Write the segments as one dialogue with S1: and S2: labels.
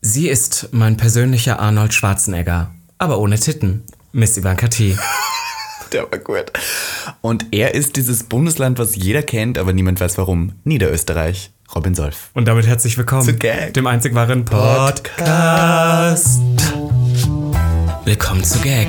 S1: Sie ist mein persönlicher Arnold Schwarzenegger, aber ohne Titten. Miss Ivanka T.
S2: Der war gut. Und er ist dieses Bundesland, was jeder kennt, aber niemand weiß warum. Niederösterreich. Robin Solf.
S1: Und damit herzlich willkommen
S2: Zu Gag.
S1: dem einzig wahren Podcast. Willkommen zu Gag.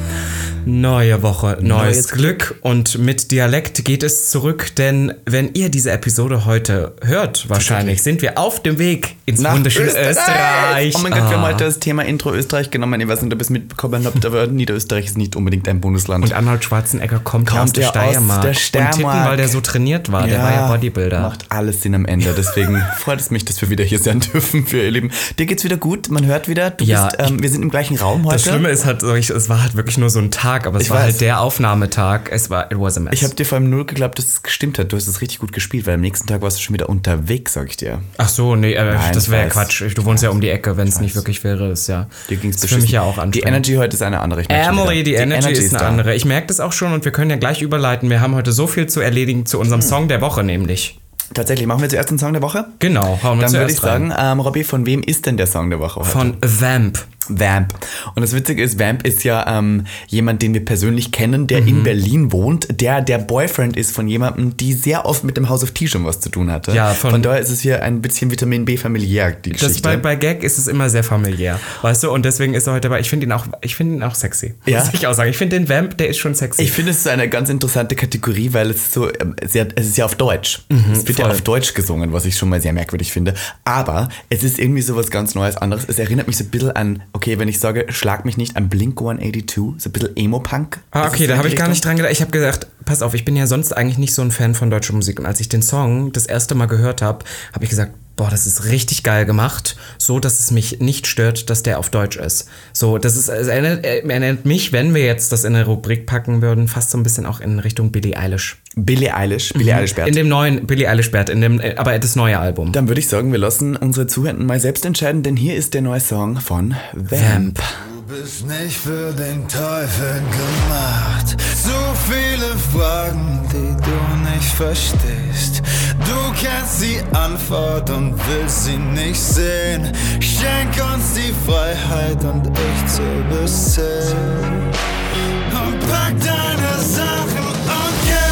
S1: Neue Woche, neues,
S2: Neues
S1: Glück und mit Dialekt geht es zurück, denn wenn ihr diese Episode heute hört, wahrscheinlich sind wir auf dem Weg ins wunderschöne Österreich.
S2: Oh mein Gott, wir haben
S1: Ah.
S2: heute das Thema Intro Österreich genommen. Ich weiß nicht, ob ihr es mitbekommen habt, aber Niederösterreich ist nicht unbedingt ein Bundesland.
S1: Und Arnold Schwarzenegger kommt, ja aus der
S2: ja aus
S1: Steiermark.
S2: der
S1: Und tippen,
S2: Steiermark.
S1: weil der so trainiert war. Ah, Der war ja Bodybuilder.
S2: Macht alles Sinn am Ende. Deswegen freut es mich, dass wir wieder hier sein dürfen für ihr Leben. Dir geht's wieder gut, man hört wieder. Du
S1: Ja,
S2: bist, ähm, wir sind im gleichen Raum heute.
S1: Das Schlimme ist halt, so, ich- es war halt wirklich nur so ein Tag, aber es
S2: Ich
S1: war
S2: weiß.
S1: halt der Aufnahmetag. Es war, it was a mess.
S2: ich habe dir vor allem null geglaubt, dass es gestimmt hat. Du hast es richtig gut gespielt, weil am nächsten Tag warst du schon wieder unterwegs, sag ich dir.
S1: Ach so, nee, äh,
S2: Nein,
S1: das
S2: ich
S1: wäre
S2: weiß.
S1: Quatsch. Du wohnst ja um die Ecke, wenn es nicht wirklich wäre, ist ja.
S2: Dir ging's
S1: ist für mich
S2: beschissen.
S1: ja auch anstrengend.
S2: Die Energy heute ist eine andere. Ich merk schon
S1: Amory,
S2: wieder.
S1: die, Energy, ist eine
S2: da.
S1: andere. Ich merke das auch schon und wir können ja gleich überleiten. Wir haben heute so viel zu erledigen zu
S2: Hm.
S1: unserem Song der Woche nämlich.
S2: Tatsächlich, machen wir zuerst den Song der Woche?
S1: Genau, hauen wir
S2: Dann würde
S1: zuerst
S2: ich
S1: rein.
S2: sagen, ähm, Robby, von wem ist denn der Song der Woche heute?
S1: Von Vamp.
S2: Vamp. Und das Witzige ist, Vamp ist ja ähm, jemand, den wir persönlich kennen, der
S1: Mhm.
S2: in Berlin wohnt, der der Boyfriend ist von jemandem, die sehr oft mit dem House of T schon was zu tun hatte.
S1: Ja, von-
S2: von, daher ist es hier ein bisschen Vitamin B familiär, die
S1: Das
S2: Geschichte.
S1: bei, bei Gag ist es immer sehr familiär, weißt du? Und deswegen ist er heute dabei. Ich finde ihn auch, ich finde ihn auch sexy.
S2: Ja?
S1: Muss ich auch sagen. Ich finde den Vamp, der ist schon sexy.
S2: ich finde es so eine ganz interessante Kategorie, weil es so, ähm, sehr, es ist ja auf Deutsch. es wird ja
S1: Mhm, voll.
S2: auf Deutsch gesungen, was ich schon mal sehr merkwürdig finde. Aber es ist irgendwie so was ganz Neues, anderes. Es erinnert mich so ein bisschen an, okay, wenn ich sage, schlag mich nicht an Blink 182, so ein bisschen Emo-Punk.
S1: Ah,
S2: Das
S1: okay,
S2: ist
S1: da
S2: in
S1: habe
S2: die
S1: ich gar
S2: Richtung.
S1: nicht dran gedacht. Ich habe gesagt, pass auf, ich bin ja sonst eigentlich nicht so ein Fan von deutscher Musik. Und als ich den Song das erste Mal gehört habe, habe ich gesagt, boah, das ist richtig geil gemacht, so dass es mich nicht stört, dass der auf Deutsch ist. So, das ist, es erinnert, äh, erinnert mich, wenn wir jetzt das in eine Rubrik packen würden, fast so ein bisschen auch in Richtung Billie Eilish.
S2: Billie Eilish, Billie Eilish Bert.
S1: Mhm. In dem neuen Billie Eilish Bert, in dem, äh, aber das neue Album.
S2: Dann würde ich sagen, wir lassen unsere Zuhörer mal selbst entscheiden, denn hier ist der neue Song von Vamp.
S3: Du bist nicht für den Teufel gemacht. So viele Fragen, die du nicht verstehst. Du kennst die Antwort und willst sie nicht sehen. Schenk uns die Freiheit und ich zu bis zehn. Und pack deine Sachen und geh.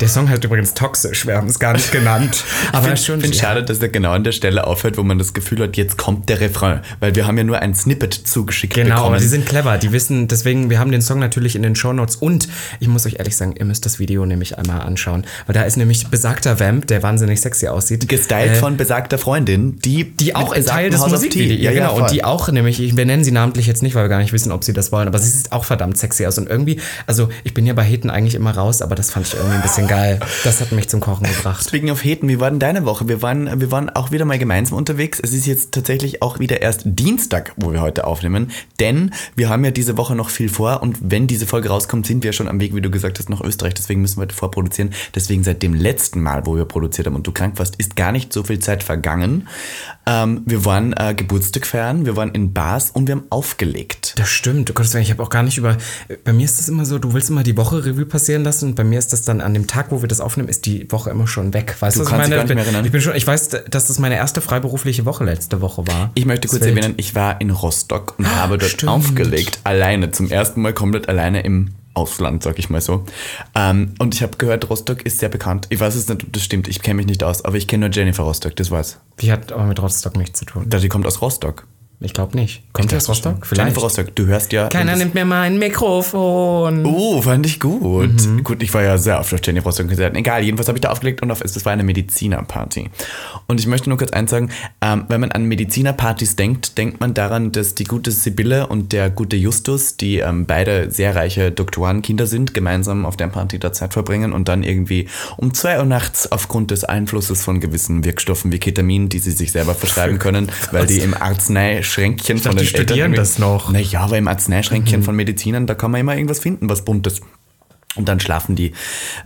S1: Der Song heißt übrigens Toxisch, wir haben es gar nicht genannt. aber
S2: Ich finde schade, dass er genau an der Stelle aufhört, wo man das Gefühl hat, jetzt kommt der Refrain. Weil wir haben ja nur ein Snippet zugeschickt
S1: Genau,
S2: bekommen.
S1: aber die sind clever, die wissen, deswegen, wir haben den Song natürlich in den Shownotes und ich muss euch ehrlich sagen, ihr müsst das Video nämlich einmal anschauen, weil da ist nämlich besagter Vamp, der wahnsinnig sexy aussieht.
S2: gestylt
S1: äh,
S2: von besagter Freundin, die
S1: die auch
S2: mit
S1: ein Teil
S2: besagtem
S1: des
S2: House of Tea-
S1: Musikvideos, ja, genau, und
S2: voll.
S1: die auch nämlich, ich- wir nennen sie namentlich jetzt nicht, weil wir gar nicht wissen, ob sie das wollen, aber sie sieht auch verdammt sexy aus und irgendwie, also ich bin ja bei Heten eigentlich immer raus, aber das fand ich irgendwie ein bisschen geil. Das hat mich zum Kochen gebracht.
S2: Speaking of Heten, wie war denn deine Woche? Wir waren, wir waren auch wieder mal gemeinsam unterwegs. Es ist jetzt tatsächlich auch wieder erst Dienstag, wo wir heute aufnehmen, denn wir haben ja diese Woche noch viel vor und wenn diese Folge rauskommt, sind wir schon am Weg, wie du gesagt hast, nach Österreich. Deswegen müssen wir heute vorproduzieren. Deswegen seit dem letzten Mal, wo wir produziert haben und du krank warst, ist gar nicht so viel Zeit vergangen. Ähm, wir waren äh, Geburtstag feiern, wir waren in Bars und wir haben aufgelegt.
S1: Das stimmt. Oh Gott, ich habe auch gar nicht über. Bei mir ist das immer so, du willst immer die Woche Revue passieren lassen und bei mir ist das dann an dem Tag, wo wir das aufnehmen, ist die Woche immer schon weg. Weißt du, was ich
S2: kannst
S1: meine?
S2: dich gar nicht mehr erinnern.
S1: Ich bin schon, ich weiß, dass das meine erste freiberufliche Woche letzte Woche war.
S2: Ich möchte kurz
S1: Deswegen-
S2: erwähnen, ich war in Rostock und habe dort
S1: Ah, stimmt.
S2: aufgelegt, alleine, zum ersten Mal komplett alleine im Ausland, sag ich mal so. Ähm, und ich habe gehört, Rostock ist sehr bekannt. Ich weiß es nicht, ob das stimmt, ich kenne mich nicht aus, aber ich kenne nur Jennifer Rostock, das war's.
S1: Die hat aber mit Rostock nichts zu tun.
S2: Da die kommt aus Rostock.
S1: Ich glaube nicht. Kommt die aus Rostock? Vielleicht.
S2: Jennifer Rostock, du hörst ja.
S1: Keiner
S2: das-
S1: nimmt mir mein Mikrofon.
S2: Oh, fand ich gut. Gut, ich war ja sehr oft auf Jennifer Rostock Konzerten. Egal, jedenfalls habe ich da aufgelegt und auf, es war eine Medizinerparty. Und ich möchte nur kurz eins sagen, ähm, wenn man an Medizinerpartys denkt, denkt man daran, dass die gute Sibylle und der gute Justus, die ähm, beide sehr reiche Doktorenkinder sind, gemeinsam auf der Party da Zeit verbringen und dann irgendwie um zwei Uhr nachts aufgrund des Einflusses von gewissen Wirkstoffen wie Ketamin, die sie sich selber verschreiben können, weil die im Arznei Schränkchen
S1: dachte,
S2: von den
S1: die studieren
S2: Eltern.
S1: das noch. Mhm.
S2: Naja, aber im Arzneischränkchen von Medizinern, da kann man immer irgendwas finden, was Buntes. Und dann schlafen die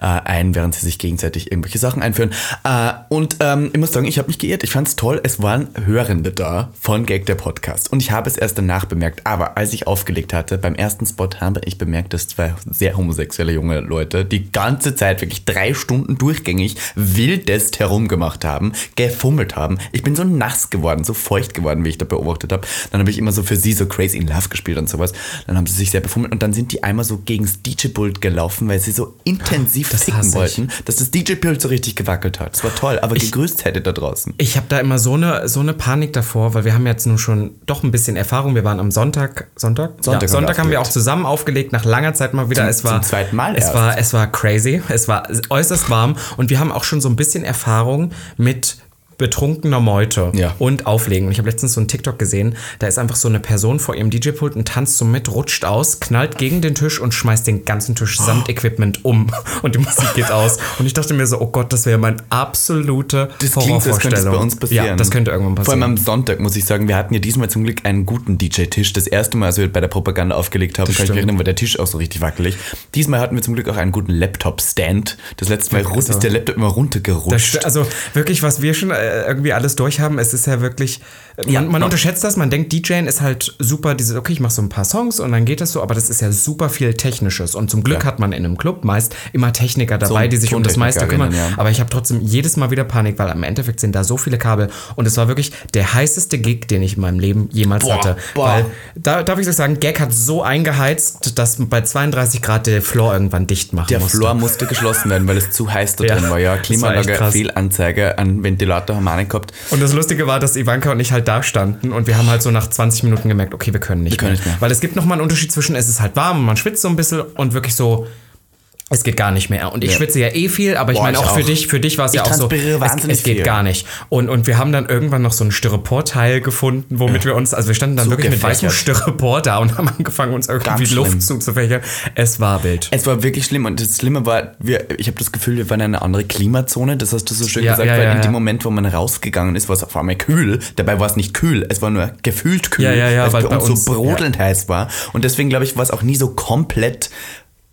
S2: äh, ein, während sie sich gegenseitig irgendwelche Sachen einführen. Äh, und ähm, ich muss sagen, ich habe mich geirrt. Ich fand es toll. Es waren Hörende da von Gag der Podcast. Und ich habe es erst danach bemerkt. Aber als ich aufgelegt hatte, beim ersten Spot habe ich bemerkt, dass zwei sehr homosexuelle junge Leute die ganze Zeit, wirklich drei Stunden durchgängig, wildest herumgemacht haben, gefummelt haben. Ich bin so nass geworden, so feucht geworden, wie ich da beobachtet habe. Dann habe ich immer so für sie so Crazy in Love gespielt und sowas. Dann haben sie sich sehr befummelt. Und dann sind die einmal so gegens DJ-Pult gelaufen, weil sie so intensiv
S1: Das hasse
S2: ficken
S1: ich.
S2: wollten, dass das DJ-Pult so richtig gewackelt hat. Das war toll, aber gegrüßt hätte da draußen.
S1: Ich habe da immer so eine, so eine Panik davor, weil wir haben jetzt nun schon doch ein bisschen Erfahrung. Wir waren am Sonntag, Sonntag?
S2: Sonntag haben wir
S1: ja, Sonntag haben wir
S2: aufgelegt.
S1: auch zusammen aufgelegt, nach langer Zeit mal wieder.
S2: Zum-
S1: es war,
S2: zum zweiten Mal
S1: es
S2: erst.
S1: war, es war crazy, es war äußerst warm und wir haben auch schon so ein bisschen Erfahrung mit betrunkener Meute
S2: Ja.
S1: und Auflegen. Und Ich habe letztens so einen TikTok gesehen, da ist einfach so eine Person vor ihrem DJ-Pult und tanzt so mit, rutscht aus, knallt gegen den Tisch und schmeißt den ganzen Tisch
S2: Oh.
S1: samt Equipment um und die Musik geht aus. Und ich dachte mir so, oh Gott, das wäre mein absolute
S2: Das klingt, das könnte es bei uns passieren.
S1: ja, das könnte irgendwann
S2: Vor
S1: passieren.
S2: allem am Sonntag, muss ich sagen, wir hatten ja diesmal zum Glück einen guten DJ-Tisch. Das erste Mal, als wir bei der Propaganda aufgelegt haben, kann ich mich
S1: stimmt.
S2: erinnern, war der Tisch auch so richtig wackelig. Diesmal hatten wir zum Glück auch einen guten Laptop-Stand. Das letzte Mal rund- ist der Laptop immer
S1: Das
S2: runtergerutscht.
S1: st- also wirklich, was wir schon äh, irgendwie alles durchhaben, es ist ja wirklich, man,
S2: Ja,
S1: man
S2: doch.
S1: unterschätzt das, man denkt, DJing ist halt super, dieses, okay, ich mache so ein paar Songs und dann geht das so, aber das ist ja super viel Technisches und zum Glück hat man in einem Club meist immer Techniker dabei, die sich um das meiste kümmern,
S2: Tontechnikerinnen, ja.
S1: aber ich habe trotzdem jedes Mal wieder Panik, weil am Endeffekt sind da so viele Kabel und es war wirklich der heißeste Gig, den ich in meinem Leben jemals
S2: Boah,
S1: hatte,
S2: boah.
S1: weil, da darf ich so sagen, Gag hat so eingeheizt, dass bei 32 Grad der Floor irgendwann dicht machen
S2: Der
S1: musste.
S2: Floor musste geschlossen werden, weil es zu heiß da
S1: Ja,
S2: drin war.
S1: das war
S2: Ja,
S1: echt
S2: Klimaanlage,
S1: krass.
S2: Fehlanzeige, an Ventilator haben wir auch nicht gehabt.
S1: Und das Lustige war, dass Ivanka und ich halt da standen und wir haben halt so nach 20 Minuten gemerkt, okay, wir können nicht,
S2: können nicht mehr.
S1: Weil es gibt nochmal einen Unterschied zwischen, es ist halt warm und man schwitzt so ein bisschen und wirklich so, es geht gar nicht mehr. Und ich
S2: Ja.
S1: schwitze ja eh viel, aber ich
S2: Boah,
S1: meine
S2: ich
S1: auch, für
S2: auch.
S1: dich, für dich war es ja auch so,
S2: transpiriere
S1: es,
S2: wahnsinnig
S1: es geht
S2: viel.
S1: gar nicht. Und, und wir haben dann irgendwann noch so ein Styroporteil gefunden, womit wir uns, also wir standen dann
S2: So
S1: wirklich mit weißem
S2: gefächert.
S1: Styropor da und haben angefangen, uns irgendwie
S2: Ganz schlimm.
S1: Luft zuzufächern. Es war wild.
S2: Es war wirklich schlimm und das Schlimme war, wir, ich habe das Gefühl, wir waren in einer anderen Klimazone. Das hast du so schön
S1: Ja,
S2: gesagt,
S1: ja,
S2: weil
S1: ja,
S2: in dem
S1: ja.
S2: Moment, wo man rausgegangen ist, war es auf einmal kühl. Dabei war es nicht kühl, es war nur gefühlt kühl,
S1: Ja, ja, ja,
S2: weil es
S1: weil
S2: bei,
S1: bei
S2: uns,
S1: uns-
S2: so brodelnd heiß war. Und deswegen glaube ich, war es auch nie so komplett.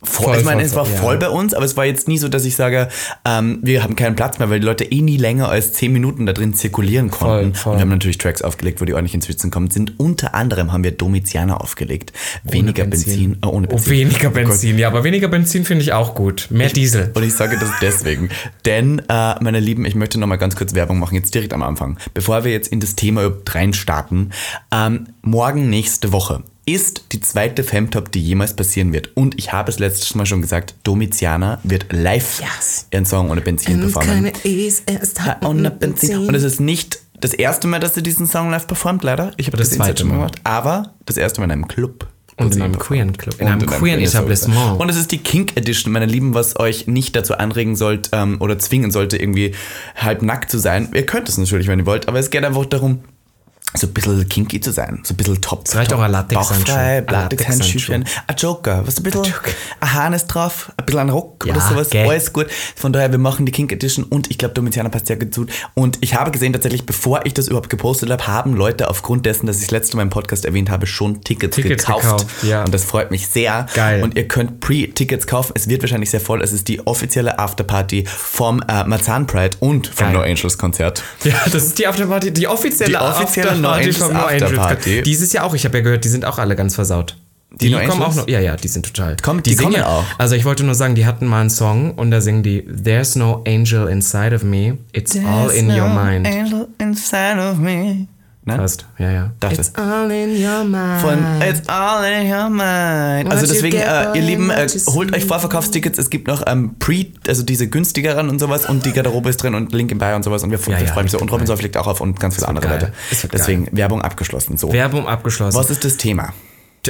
S2: Voll,
S1: Voll,
S2: ich
S1: voll,
S2: meine, es war
S1: voll, ja.
S2: voll bei uns, aber es war jetzt nie so, dass ich sage, ähm, wir haben keinen Platz mehr, weil die Leute eh nie länger als 10 Minuten da drin zirkulieren konnten.
S1: voll.
S2: Und wir haben natürlich Tracks aufgelegt, wo die ordentlich ins Schwitzen kommen sind. Unter anderem haben wir Domizianer aufgelegt. Weniger Benzin, äh, ohne Benzin.
S1: Oh, weniger
S2: Gott,
S1: Benzin, ja, aber weniger Benzin finde ich auch gut. Mehr Diesel.
S2: und ich sage das deswegen. Denn, äh, meine Lieben, ich möchte nochmal ganz kurz Werbung machen, jetzt direkt am Anfang. Bevor wir jetzt in das Thema überhaupt reinstarten. Ähm, morgen nächste Woche ist die zweite Femtop, die jemals passieren wird. Und ich habe es letztes Mal schon gesagt, Domiziana wird live
S1: Yes.
S2: ihren Song ohne Benzin performen.
S1: E's, es hat
S2: Ohne Benzin. Und es ist nicht das erste Mal, dass sie diesen Song live performt, leider. Ich habe
S1: Das
S2: das, Insta
S1: zweite
S2: schon
S1: Mal.
S2: gemacht. Aber das erste Mal in einem Club. wo
S1: Und
S2: sie
S1: in einem
S2: performt.
S1: queeren Club, in
S2: Und
S1: einem queeren Etablissement.
S2: Und es ist die Kink Edition, meine Lieben, was euch nicht dazu anregen sollt ähm, oder zwingen sollte, irgendwie halb nackt zu sein. Ihr könnt es natürlich, wenn ihr wollt, aber es geht einfach darum, so ein bisschen kinky zu sein, so ein bisschen top. Es
S1: reicht auch ein Latexhandschuh.
S2: Bauchfrei,
S1: Ein
S2: Latexhandschuhchen, ein Joker, was ein bisschen, ein Harness drauf, ein bisschen ein Rock
S1: Ja,
S2: oder sowas,
S1: gell.
S2: alles gut. Von daher, wir machen die Kink Edition und ich glaube, Domitiana passt ja gut zu. Und ich habe gesehen, tatsächlich, bevor ich das überhaupt gepostet habe, haben Leute aufgrund dessen, dass ich das letzte Mal im Podcast erwähnt habe, schon Tickets,
S1: Tickets
S2: gekauft.
S1: gekauft, ja.
S2: Und das freut mich sehr.
S1: Geil.
S2: Und ihr könnt Pre-Tickets kaufen. Es wird wahrscheinlich sehr voll. Es ist die offizielle Afterparty vom äh, Marzahn Pride und vom
S1: Geil.
S2: No Angels Konzert.
S1: Ja, das ist die Afterparty, die offizielle,
S2: Die offizielle
S1: Afterparty
S2: No Angels
S1: vom No
S2: Afterparty.
S1: Angels. Dieses Jahr auch, ich habe ja gehört, die sind auch alle ganz versaut. Die,
S2: No
S1: kommen
S2: Angels?
S1: auch noch. Ja, ja, die sind total.
S2: Kommt- die
S1: singen
S2: kommen auch.
S1: Also ich wollte nur sagen, die hatten mal einen Song und da singen die There's no angel inside of me, it's all in your mind.
S2: Angel inside of me. Nein?
S1: Passt. Ja, ja.
S2: Dachte.
S1: It's all in your mind.
S2: Von It's all in your mind. Also
S1: What Ah. you
S2: deswegen,
S1: get,
S2: äh,
S1: boy,
S2: ihr Lieben, äh,
S1: what you
S2: holt euch
S1: see.
S2: Vorverkaufstickets. Es gibt noch ähm, Pre, also diese günstigeren und sowas und die Garderobe ist drin und Link im Bio und sowas und wir,
S1: Ja,
S2: wir
S1: ja,
S2: freuen uns so.
S1: bitte
S2: Und Robinson fliegt auch auf und ganz viele andere
S1: geil.
S2: Leute.
S1: Das wird
S2: Deswegen Werbung abgeschlossen. So.
S1: Werbung abgeschlossen.
S2: Was ist das Thema?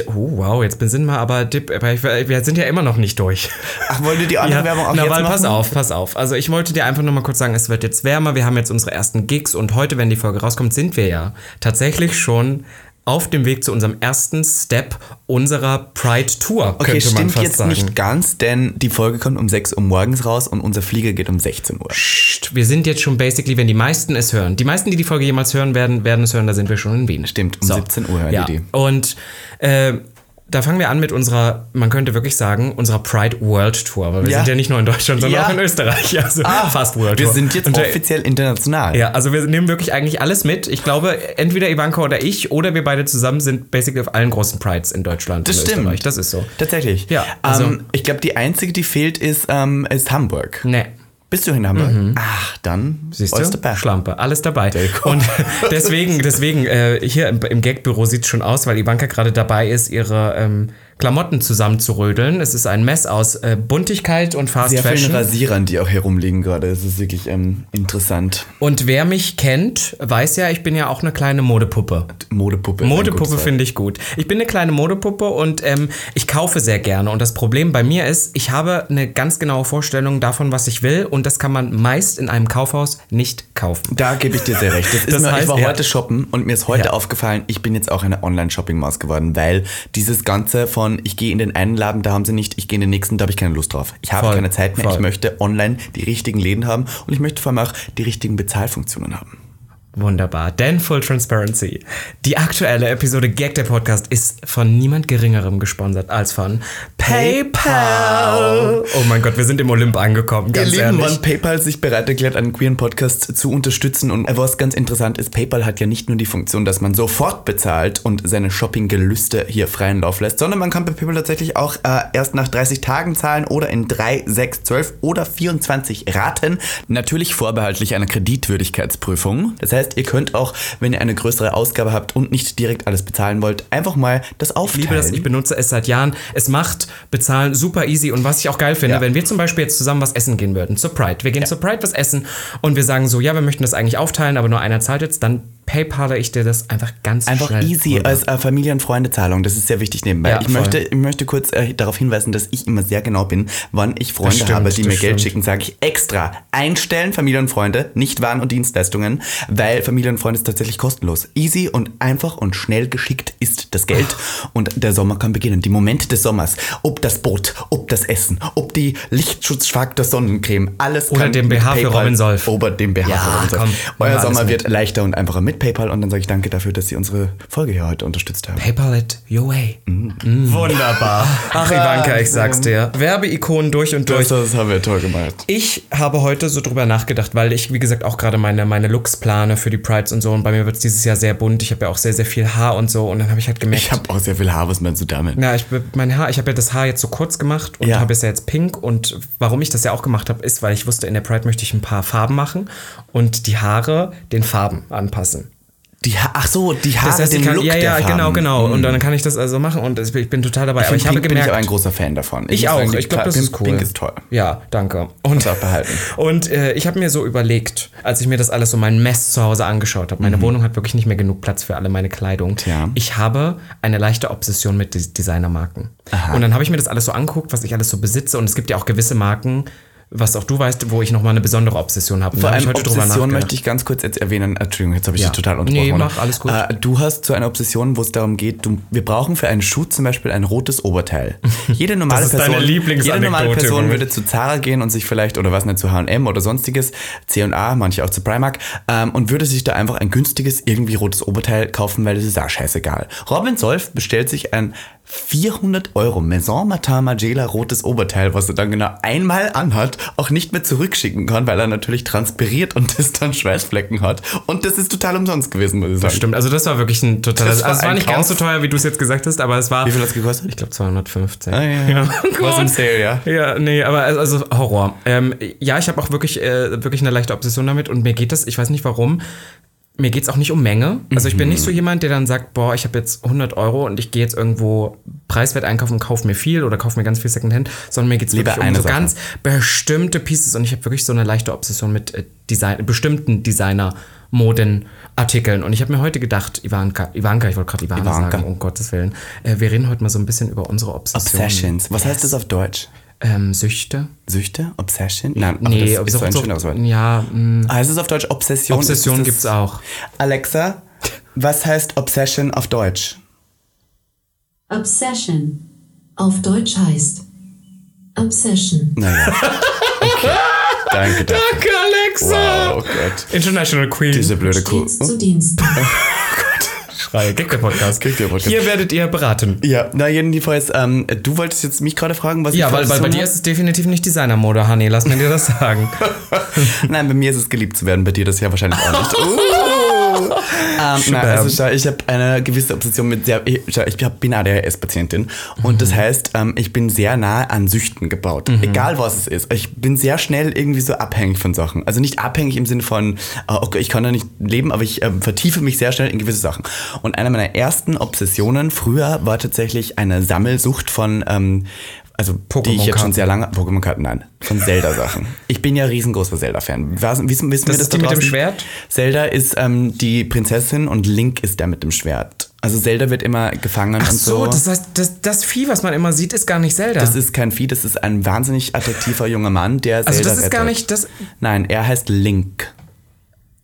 S1: Oh, wow, jetzt sind wir aber, dip- aber ich- wir sind ja immer noch nicht durch.
S2: Ach, wollt ihr die andere Werbung auch
S1: na,
S2: jetzt
S1: weil,
S2: machen?
S1: pass auf, pass auf. Also ich wollte dir einfach nur mal kurz sagen, es wird jetzt wärmer, wir haben jetzt unsere ersten Gigs und heute, wenn die Folge rauskommt, sind wir ja tatsächlich schon auf dem Weg zu unserem ersten Step unserer Pride Tour,
S2: Okay,
S1: könnte man
S2: stimmt
S1: fast
S2: jetzt
S1: sagen.
S2: nicht ganz, denn die Folge kommt um 6 Uhr morgens raus und unser Flieger geht um 16 Uhr.
S1: Psst, wir sind jetzt schon basically, wenn die meisten es hören, die meisten, die die Folge jemals hören werden, werden es hören, da sind wir schon in Wien.
S2: Stimmt, um 17 Uhr hören die
S1: ja.
S2: die.
S1: Und äh, da fangen wir an mit unserer, man könnte wirklich sagen, unserer Pride World Tour, weil wir
S2: Ja.
S1: sind ja nicht nur in Deutschland, sondern
S2: Ja. Ah,
S1: auch in Österreich, also fast World
S2: Wir
S1: Tour.
S2: sind jetzt
S1: Und äh, der-
S2: offiziell international.
S1: ja, also wir nehmen wirklich eigentlich alles mit. Ich glaube, entweder Ivanka oder ich oder wir beide zusammen sind basically auf allen großen Prides in Deutschland.
S2: Das
S1: und
S2: stimmt.
S1: Österreich. Das ist so.
S2: Tatsächlich.
S1: Ja, also-
S2: ähm, ich glaube, die einzige, die fehlt, ist, ähm, ist Hamburg.
S1: Nee.
S2: Bist du in Hamburg? Ach, dann
S1: Mhm. Siehst
S2: alles
S1: du?
S2: dabei.
S1: Schlampe, alles dabei.
S2: cool.
S1: Und deswegen, deswegen, äh, hier im, im Gagbüro sieht es schon aus, weil Ivanka gerade dabei ist, ihre ähm, Klamotten zusammenzurödeln. Es ist ein Mess aus äh, Buntigkeit und Fast
S2: Sehr vielen
S1: Fashion.
S2: Rasierern, die auch herumliegen gerade. Das ist wirklich ähm, interessant.
S1: Und wer mich kennt, weiß ja, ich bin ja auch eine kleine Modepuppe.
S2: Modepuppe. ist ein
S1: Modepuppe
S2: gutes
S1: finde ich gut. Ich bin eine kleine Modepuppe und ähm, ich kaufe sehr gerne. Und das Problem bei mir ist, ich habe eine ganz genaue Vorstellung davon, was ich will. Und das kann man meist in einem Kaufhaus nicht kaufen.
S2: Wort. Da gebe ich dir sehr recht. Das ist
S1: Das
S2: mir, ich
S1: heißt,
S2: war
S1: ja.
S2: heute shoppen und mir ist heute
S1: Ja.
S2: aufgefallen, ich bin jetzt auch eine Online-Shopping-Maus geworden, weil dieses Ganze von ich gehe in den einen Laden, da haben sie nicht, ich gehe in den nächsten, da habe ich keine Lust drauf. Ich habe
S1: Voll,
S2: keine Zeit mehr. Ich
S1: voll.
S2: möchte online die richtigen Läden haben und ich möchte vor allem auch die richtigen Bezahlfunktionen haben.
S1: Wunderbar. Denn Full Transparency. Die aktuelle Episode Gag der Podcast ist von niemand Geringerem gesponsert als von PayPal. Oh mein Gott, wir sind im Olymp angekommen, ganz
S2: Ihr
S1: ehrlich.
S2: Lieben, wann PayPal sich bereit erklärt, einen queeren Podcast zu unterstützen. Und was ganz interessant ist, PayPal hat ja nicht nur die Funktion, dass man sofort bezahlt und seine Shopping-Gelüste hier freien Lauf lässt, sondern man kann bei PayPal tatsächlich auch äh, erst nach 30 Tagen zahlen oder in 3, 6, 12 oder 24 Raten. Natürlich vorbehaltlich einer Kreditwürdigkeitsprüfung. Das heißt, ihr könnt auch, wenn ihr eine größere Ausgabe habt und nicht direkt alles bezahlen wollt, einfach mal das aufteilen.
S1: Ich liebe das, ich benutze es seit Jahren. Es macht Bezahlen super easy und was ich auch geil finde,
S2: Ja.
S1: wenn wir zum Beispiel jetzt zusammen was essen gehen würden, zur Pride. Wir gehen zur Pride was essen und wir sagen so, ja, wir möchten das eigentlich aufteilen, aber nur einer zahlt jetzt, dann paypale ich dir das einfach ganz
S2: Einfach
S1: schnell.
S2: easy
S1: rüber.
S2: als äh, Familie- und Freundezahlung. Das ist sehr wichtig nebenbei.
S1: Ja,
S2: ich,
S1: voll.
S2: möchte, ich möchte kurz äh, darauf hinweisen, dass ich immer sehr genau bin, wann ich Freunde
S1: stimmt,
S2: habe, die
S1: das
S2: mir Geld
S1: stimmt.
S2: schicken, sage ich extra. Einstellen, Familie und Freunde, nicht Waren und Dienstleistungen, weil Familie und Freunde ist tatsächlich kostenlos. Easy und einfach und schnell geschickt ist das Geld. Und der Sommer kann beginnen. Die Momente des Sommers. Ob das Boot, ob das Essen, ob die Lichtschutzfaktor Sonnencreme, alles
S1: Oder
S2: kann
S1: den
S2: mit
S1: BH für
S2: PayPal-
S1: Robin Solf.
S2: Oder den BH
S1: Ja,
S2: für Robin Solf.
S1: komm, machen
S2: Euer
S1: wir alles
S2: Sommer
S1: mit.
S2: wird leichter und einfacher mit PayPal und dann sage ich danke dafür, dass Sie unsere Folge hier heute unterstützt haben.
S1: Paypal it your way.
S2: Mm.
S1: Mm.
S2: Wunderbar.
S1: Ach, Ivanka, ich sag's dir. Werbeikonen durch und durch.
S2: Das, das haben wir toll gemacht.
S1: Ich habe heute so drüber nachgedacht, weil ich, wie gesagt, auch gerade meine, meine Looks plane für die Prides und so. Und bei mir wird's dieses Jahr sehr bunt. Ich habe ja auch sehr, sehr viel Haar und so. Und dann habe ich halt gemerkt.
S2: Ich habe auch sehr viel Haar, was meinst du damit?
S1: Na, ich, mein Haar, ich habe ja das Haar jetzt so kurz gemacht und
S2: Ja.
S1: habe es ja jetzt pink. Und warum ich das ja auch gemacht habe, ist, weil ich wusste, in der Pride möchte ich ein paar Farben machen und die Haare den Farben anpassen.
S2: Die ha Ach so, die Haare,
S1: Das heißt, ich
S2: Ah, den
S1: kann,
S2: Look
S1: ja, ja,
S2: der
S1: genau,
S2: Farben.
S1: genau. Und dann kann ich das also machen und ich bin total dabei. Aber
S2: Von
S1: ich habe
S2: Pink bin ich auch ein
S1: gemerkt,
S2: großer Fan davon.
S1: ich
S2: muss
S1: auch.
S2: sagen, die
S1: Ich glaube, das
S2: Pink-
S1: ist cool.
S2: Pink ist toll.
S1: Ja, danke. Und,
S2: auch behalten.
S1: und äh, ich habe mir so überlegt, als ich mir das alles so mein Mess zu Hause angeschaut habe. Meine Wohnung hat wirklich nicht mehr genug Platz für alle meine Kleidung.
S2: Mhm. Tja.
S1: Ich habe eine leichte Obsession mit Des- Designermarken. Und dann habe ich mir das alles so angeguckt, was ich alles so besitze. Und es gibt ja auch gewisse Marken, was auch du weißt, wo ich nochmal eine besondere Obsession habe.
S2: Vor
S1: habe ich
S2: allem
S1: heute drüber
S2: Obsession
S1: nachgedacht.
S2: möchte ich ganz kurz jetzt erwähnen. Äh, Entschuldigung, jetzt habe ich
S1: Ja.
S2: dich total unterbrochen.
S1: Nee,
S2: oder?
S1: mach, alles gut.
S2: Äh, du hast so eine Obsession, wo es darum geht, du, wir brauchen für einen Schuh zum Beispiel ein rotes Oberteil. Jede normale
S1: Das ist
S2: Person,
S1: deine
S2: jede normale
S1: Lieblingsanekdote,
S2: Person
S1: Junge.
S2: würde zu Zara gehen und sich vielleicht, oder was nicht, zu H&M oder sonstiges, C&A, manche auch zu Primark, ähm, und würde sich da einfach ein günstiges, irgendwie rotes Oberteil kaufen, weil das ist auch scheißegal. Robin Solf bestellt sich ein 400 Euro Maison Martin Margiela rotes Oberteil, was er dann genau einmal anhat, auch nicht mehr zurückschicken kann, weil er natürlich transpiriert und das dann Schweißflecken hat. Und das ist total umsonst gewesen, muss ich sagen.
S1: Stimmt, also das war wirklich ein totaler.
S2: Das
S1: Also
S2: war
S1: es war
S2: ein
S1: nicht
S2: Kauf.
S1: ganz so teuer, wie du es jetzt gesagt hast, aber es war.
S2: Wie viel hat's gekostet?
S1: Ich glaube 215.
S2: Ah, ja, ja.
S1: Oh
S2: Was im
S1: Gott.
S2: Sale, ja.
S1: Ja, nee, aber also- also Horror. Ähm, ja, ich habe auch wirklich, äh, wirklich eine leichte Obsession damit und mir geht das, ich weiß nicht warum, mir geht es auch nicht um Menge. Also ich bin nicht so
S2: Mhm.
S1: jemand, der dann sagt, boah, ich habe jetzt 100 Euro und ich gehe jetzt irgendwo preiswert einkaufen und kaufe mir viel oder kaufe mir ganz viel Secondhand, sondern mir geht es
S2: Lieber
S1: wirklich um
S2: eine
S1: so
S2: Sache.
S1: ganz bestimmte Pieces und ich habe wirklich so eine leichte Obsession mit äh, Design, bestimmten Designer. Modenartikeln. Und ich habe mir heute gedacht, Ivanka, Ivanka, ich wollte gerade Ivana
S2: Ivanka.
S1: sagen, um Gottes Willen. Äh, wir reden heute mal so ein bisschen über unsere Obsessionen.
S2: Obsessions. Was heißt das auf Deutsch?
S1: Ähm, Süchte.
S2: Süchte? Obsession? Nein,
S1: Nee,
S2: aber das ist so ein schönes Wort.
S1: Ja, mh,
S2: Ah, Heißt es auf Deutsch mm, Obsession?
S1: Obsession
S2: Ist es-
S1: gibt's auch.
S2: Alexa, Was heißt Obsession auf Deutsch?
S4: Obsession. Auf Deutsch heißt Obsession.
S2: Naja. Okay. Danke, danke.
S1: Danke, Alexa!
S2: Wow, oh Gott.
S1: International Queen.
S2: Diese blöde Kuh.
S4: Dienst zu Dienst.
S1: Schrei. Kriegt der Podcast.
S2: Kriegt der Podcast.
S1: Hier werdet ihr beraten.
S2: Ja, na jedenfalls, ähm, du wolltest jetzt mich gerade fragen, was ich
S1: Ja,
S2: gerade
S1: weil, weil bei
S2: so-
S1: dir ist es definitiv nicht Designermode, Honey. Lass mir dir das sagen.
S2: Nein, bei mir ist es geliebt zu werden, bei dir das ja wahrscheinlich auch nicht. Uh. ähm, nein, also schau, ich habe eine gewisse Obsession mit sehr, ich, schau, ich hab, bin ADHS-Patientin und
S1: Mhm.
S2: das heißt, ähm, ich bin sehr nahe an Süchten gebaut, egal was es ist. Ich bin sehr schnell irgendwie so abhängig von Sachen. Also nicht abhängig im Sinne von, äh, okay, ich kann da nicht leben, aber ich ähm, vertiefe mich sehr schnell in gewisse Sachen. Und eine meiner ersten Obsessionen früher war tatsächlich eine Sammelsucht von, ähm, also die ich jetzt
S1: Pokémon-Karten.
S2: schon sehr lange, Pokémon-Karten, nein, von Zelda-Sachen. ich bin ja riesengroßer Zelda-Fan. Was- Wissen, wissen
S1: Das
S2: wir das
S1: ist die
S2: da
S1: mit dem
S2: draußen?
S1: Schwert?
S2: Zelda ist ähm, die Prinzessin und Link ist der mit dem Schwert. Also Zelda wird immer gefangen
S1: Ach
S2: und so.
S1: so, das heißt, das, das Vieh, was man immer sieht, ist gar nicht Zelda.
S2: das ist kein Vieh, das ist ein wahnsinnig attraktiver junger Mann, der Zelda
S1: also das ist gar
S2: rettet.
S1: nicht, das,
S2: Nein, er heißt Link.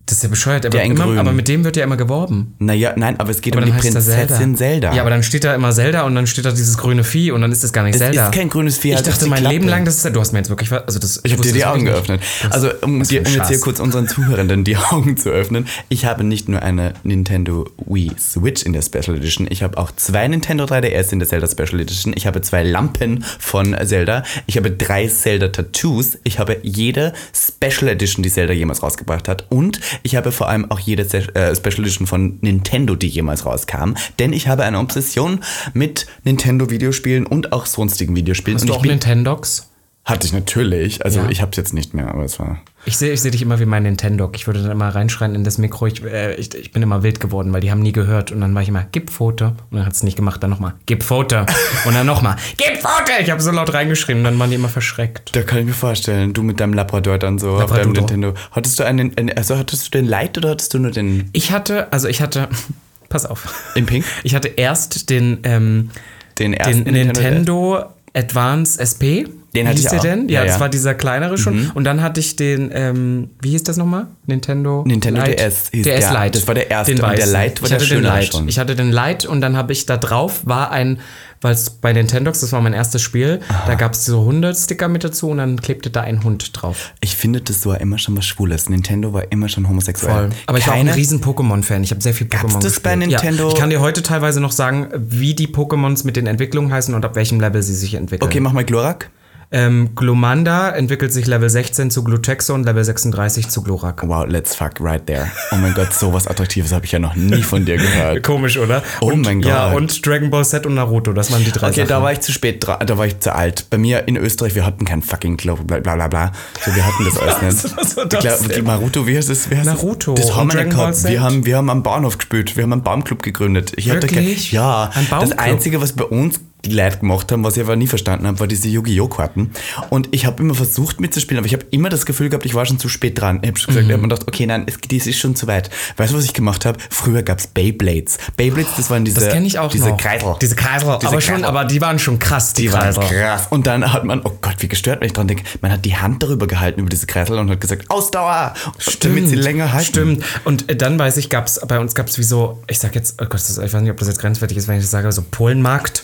S1: das ist ja bescheuert. Aber,
S2: Der in grün.
S1: immer, aber mit dem wird ja immer geworben.
S2: Naja, nein, aber es geht
S1: Aber
S2: um
S1: dann
S2: die
S1: heißt er
S2: Prinzessin Zelda.
S1: Ja, aber dann steht da immer Zelda und dann steht da dieses grüne Vieh und dann ist das gar nicht
S2: Es
S1: Zelda.
S2: ist kein grünes Vieh,
S1: Ich
S2: halt
S1: dachte
S2: die
S1: mein
S2: Klappe.
S1: Leben lang, das ist ja, du hast mir jetzt wirklich, was- also das.
S2: Ich habe dir
S1: wusste
S2: die
S1: das
S2: Augen
S1: wirklich
S2: geöffnet.
S1: nicht. Das-
S2: also, um,
S1: was für
S2: dir,
S1: ein
S2: um jetzt hier
S1: Schatz.
S2: kurz unseren Zuhörenden die Augen zu öffnen, ich habe nicht nur eine Nintendo Wii Switch in der Special Edition, ich habe auch zwei Nintendo 3DS in der Zelda Special Edition, ich habe zwei Lampen von Zelda, ich habe drei Zelda Tattoos, ich habe jede Special Edition, die Zelda jemals rausgebracht hat und ich habe vor allem auch jede Se- äh, Special Edition von Nintendo, die jemals rauskam, denn ich habe eine Obsession mit Nintendo Videospielen und auch sonstigen Videospielen
S1: Hast
S2: und
S1: du
S2: ich
S1: auch Nintendox?
S2: hatte ich natürlich. Also
S1: Ja.
S2: ich habe es jetzt nicht mehr, aber es war.
S1: Ich sehe ich seh dich immer wie mein Nintendo. Ich würde dann immer reinschreien in das Mikro. Ich, äh, ich, ich bin immer wild geworden, weil die haben nie gehört. Und dann war ich immer, gib Foto. Und dann hat es nicht gemacht. Dann nochmal, gib Foto. Und dann nochmal, gib Foto. Ich habe so laut reingeschrien. Und dann waren die immer verschreckt.
S2: Da kann ich mir vorstellen, du mit deinem Labrador dann so auf deinem
S1: Labradoodle.
S2: Nintendo. Hattest du einen, einen, also hattest du den Light oder hattest du nur den
S1: Ich hatte, also ich hatte, pass auf.
S2: in Pink?
S1: Ich hatte erst den, ähm,
S2: Den ersten E
S1: den Nintendo Advance SP.
S2: Den
S1: wie
S2: hatte
S1: hieß
S2: ich
S1: der
S2: auch.
S1: denn? Ja,
S2: Ja, ja. Mhm.
S1: das war dieser kleinere schon. Und dann hatte ich den, ähm, wie hieß das nochmal? Nintendo
S2: Nintendo DS hieß
S1: DS
S2: der.
S1: Lite.
S2: Das war der erste. Und der
S1: weißen.
S2: Lite war
S1: ich
S2: der
S1: hatte den
S2: schönere
S1: Lite.
S2: schon.
S1: Ich hatte den Lite und dann habe ich da drauf war ein, weil es bei Nintendox, das war mein erstes Spiel, da gab es so 100 Sticker mit dazu und dann klebte da ein Hund drauf.
S2: Ich finde, das war immer schon was Schwules. Nintendo war immer schon homosexuell.
S1: Aber ich war auch ein
S2: Keine-
S1: riesen Pokémon-Fan. Ich habe sehr viel Pokémon
S2: Gab's das
S1: gespielt.
S2: bei Nintendo?
S1: Ja, ich kann dir heute teilweise noch sagen, wie die Pokémons mit den Entwicklungen heißen und ab welchem Level sie sich entwickeln.
S2: Okay, mach mal Glorak.
S1: Ähm, Glomanda entwickelt sich Level 16 zu Glutexo und Level 36 zu Glorak.
S2: Wow, let's fuck right there. Oh mein Gott, sowas Attraktives habe ich ja noch nie von dir gehört.
S1: Komisch, oder?
S2: Oh
S1: und,
S2: mein
S1: Ja,
S2: Gott.
S1: und Dragon Ball Z und Naruto, das waren die drei
S2: Okay,
S1: Sachen.
S2: da war ich zu spät dran, da war ich zu alt. Bei mir in Österreich, wir hatten keinen fucking Club, bla bla bla bla. So, wir hatten das alles nicht.
S1: was war das
S2: Ich glaub,
S1: denn?
S2: Naruto, wie heißt das? Wie heißt
S1: Naruto
S2: Das, das haben
S1: und
S2: wir nicht
S1: Dragon Ball
S2: gehabt.
S1: Z?
S2: Wir haben, wir haben am Bahnhof gespielt, wir haben einen Baumclub gegründet. Ich hatte kein,
S1: Wirklich?
S2: ja,
S1: Ein
S2: das
S1: Baumclub?
S2: Einzige, was bei uns die Leute gemacht haben, was ich aber nie verstanden habe, war diese Yu-Gi-Oh! Karten. Und ich habe immer versucht mitzuspielen, aber ich habe immer das Gefühl gehabt, ich war schon zu spät dran. Ich habe schon gesagt,
S1: Mhm.
S2: ich habe mir gedacht, okay, nein, es, das ist schon zu weit. Weißt du, was ich gemacht habe? Früher gab es Beyblades. Beyblades, das waren diese,
S1: das kenne ich auch
S2: diese
S1: noch.
S2: Kreisel.
S1: Diese Kreisel.
S2: Diese
S1: aber, schon,
S2: Kreisel.
S1: aber die waren schon krass, die,
S2: Die waren
S1: Kreisel.
S2: krass. Und dann hat man, oh Gott, wie gestört, wenn ich dran denke, man hat die Hand darüber gehalten über diese Kreisel und hat gesagt, Ausdauer! Damit sie länger halten.
S1: Stimmt. Und äh, dann weiß ich, gab's, bei uns gab es wie so, ich sag jetzt, oh Gott, das, ich weiß nicht, ob das jetzt grenzwertig ist, wenn ich das sage, aber so Polenmarkt.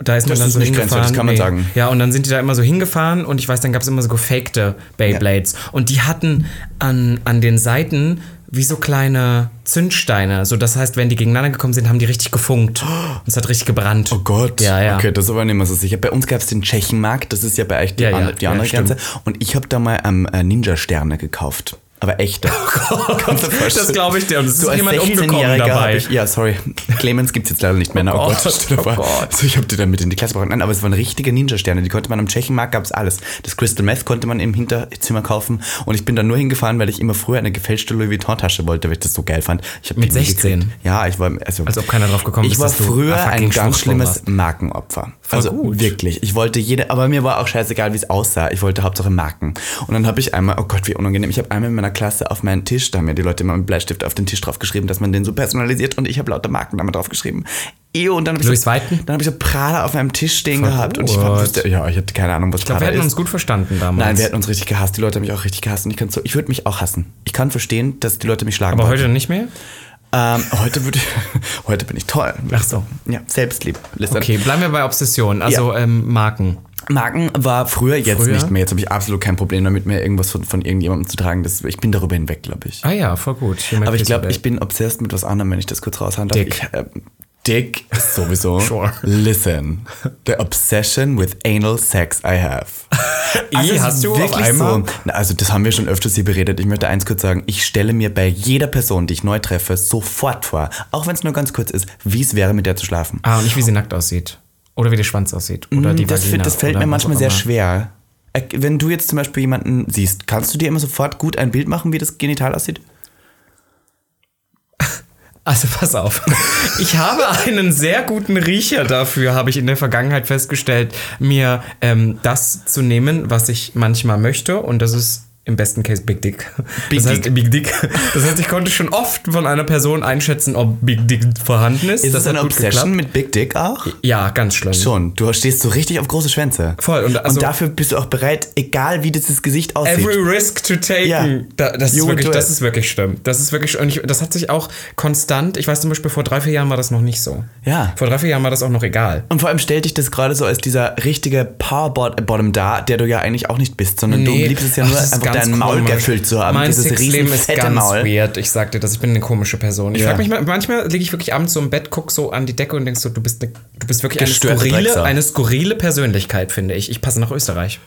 S1: Da ist man
S2: Das
S1: dann
S2: ist
S1: so
S2: nicht
S1: hingefahren.
S2: grenzwertig, kann man sagen.
S1: Ja, und dann sind die da immer so hingefahren und ich weiß, dann gab es immer so gefakte Beyblades. Und die hatten an, an den Seiten wie so kleine Zündsteine. So, das heißt, wenn die gegeneinander gekommen sind, haben die richtig gefunkt. Und es hat richtig gebrannt.
S2: Oh Gott.
S1: Ja, ja.
S2: Okay, das ist aber nicht mehr so sicher. Bei uns gab es den Tschechenmarkt, das ist ja bei euch die,
S1: Ja, ja,
S2: an, die
S1: ja,
S2: andere
S1: stimmt.
S2: Grenze. Und ich habe da mal ähm, äh, Ninja-Sterne gekauft. Aber echte. Oh Gott,
S1: Das glaube ich dir. Und es ist jemand umgekommen dabei.
S2: Ich, ja, sorry. Clemens gibt es jetzt leider nicht mehr. Na, Oh,
S1: Oh
S2: Gott,
S1: Gott,
S2: stell dir
S1: oh
S2: vor.
S1: Gott.
S2: So, ich habe die dann mit in die Klasse gebracht. Nein, aber es waren richtige Ninja-Sterne. Die konnte man am Tschechenmarkt, gab es alles. Das Crystal Meth konnte man im Hinterzimmer kaufen. Und ich bin da nur hingefahren, weil ich immer früher eine gefälschte Louis Vuitton-Tasche wollte, weil ich das so geil fand. Ich hab
S1: Mit
S2: die nie gekriegt.
S1: 16?
S2: Ja, ich war... Also,
S1: Als ob keiner drauf gekommen
S2: ich
S1: ist,
S2: war
S1: dass du
S2: früher
S1: ein
S2: ein
S1: fucking
S2: ganz
S1: Schwuchtel
S2: schlimmes
S1: warst.
S2: Markenopfer. also
S1: gut.
S2: wirklich. Ich wollte jede, aber mir war auch scheißegal, wie es aussah. Ich wollte Hauptsache Marken. Und dann habe ich einmal, oh Gott, wie unangenehm, ich habe einmal in meiner Klasse auf meinen Tisch, da haben mir die Leute immer mit Bleistift auf den Tisch draufgeschrieben, dass man den so personalisiert und ich habe lauter Marken damit draufgeschrieben. Ew, und dann habe ich,
S1: Louis
S2: so,
S1: Vuitton?
S2: dann hab ich so Prada auf meinem Tisch stehen gehabt. Und ich war,
S1: gut.
S2: wusste, ja, ich hatte keine Ahnung, was
S1: glaube, wir
S2: Prada
S1: hätten
S2: ist.
S1: uns gut verstanden damals.
S2: Nein, wir hätten uns richtig gehasst. Die Leute haben mich auch richtig gehasst. Und ich, kann so, ich würde mich auch hassen. Ich kann verstehen, dass die Leute mich schlagen
S1: aber
S2: wollten.
S1: heute nicht mehr?
S2: Ähm, heute, würde ich, heute bin ich toll.
S1: Ach so.
S2: Ja, Selbstlieb. Listen.
S1: Okay, bleiben wir bei Obsession, also ähm, Marken.
S2: Marken war früher jetzt
S1: Früher?
S2: nicht mehr. Jetzt habe ich absolut kein Problem damit, mehr irgendwas von, von irgendjemandem zu tragen. Das, ich bin darüber hinweg, glaube ich.
S1: Ah ja, voll gut. Human
S2: Aber ich glaube,
S1: Reasonable.
S2: ich bin obsessed mit was anderem, wenn ich das kurz raushauen darf.
S1: Dick.
S2: Ich, äh, dick sowieso.
S1: Sure.
S2: Listen. The obsession with anal sex I have.
S1: Eh,
S2: es
S1: hast
S2: ist
S1: du auf
S2: wirklich
S1: einmal?
S2: So. Na, also das haben wir schon öfters hier beredet. Ich möchte eins kurz sagen. Ich stelle mir bei jeder Person, die ich neu treffe, sofort vor, auch wenn es nur ganz kurz ist, wie es wäre, mit der zu schlafen.
S1: Ah, und nicht wie sie nackt aussieht. Oder wie der Schwanz aussieht. Oder die
S2: Mm, das,
S1: Vagina.
S2: das fällt
S1: oder
S2: mir
S1: was
S2: manchmal
S1: auch
S2: sehr
S1: immer.
S2: schwer. Äh, Wenn du jetzt zum Beispiel jemanden siehst, kannst du dir immer sofort gut ein Bild machen, wie das Genital aussieht?
S1: Also pass auf. Ich habe einen sehr guten Riecher dafür, habe ich in der Vergangenheit festgestellt, mir ähm, das zu nehmen, was ich manchmal möchte. Und das ist im besten Case Big Dick.
S2: Big
S1: das heißt,
S2: Dick.
S1: Big Dick. Das heißt, ich konnte schon oft von einer Person einschätzen, ob Big Dick vorhanden ist.
S2: Ist das,
S1: hat
S2: eine
S1: gut
S2: Obsession
S1: geklappt.
S2: mit Big Dick auch?
S1: Ja, ganz schlimm.
S2: Schon. Du stehst so richtig auf große Schwänze.
S1: Voll, und
S2: Und,
S1: also-
S2: dafür bist du auch bereit, egal wie dieses Gesicht aussieht.
S1: Every risk to taken.
S2: Ja.
S1: Da, das, ist
S2: You will
S1: wirklich,
S2: do
S1: das
S2: it.
S1: ist wirklich schlimm. Das ist wirklich, und ich, das hat sich auch konstant, ich weiß zum Beispiel, vor drei, vier Jahren war das noch nicht so.
S2: Ja.
S1: Vor drei, vier Jahren war das auch noch egal.
S2: und vor allem stellt dich das gerade so als dieser richtige Powerbottom dar, der du ja eigentlich auch nicht bist, sondern du liebst es ja
S1: Ach,
S2: nur,
S1: das ist
S2: einfach
S1: ganz
S2: dein Maul
S1: komisch.
S2: gefüllt zu haben.
S1: Mein
S2: Dieses riesen
S1: Sexleben ist
S2: fette
S1: ganz
S2: Maul.
S1: weird. Ich sag dir das, ich bin eine komische Person. Ich
S2: Ja.
S1: frag mich mal, manchmal liege ich wirklich abends so im Bett, guck so an die Decke und denkst so, du bist, ne, du bist wirklich eine
S2: Gestörte
S1: skurrile,
S2: Drecksau.
S1: eine skurrile Persönlichkeit, finde ich. Ich passe nach Österreich.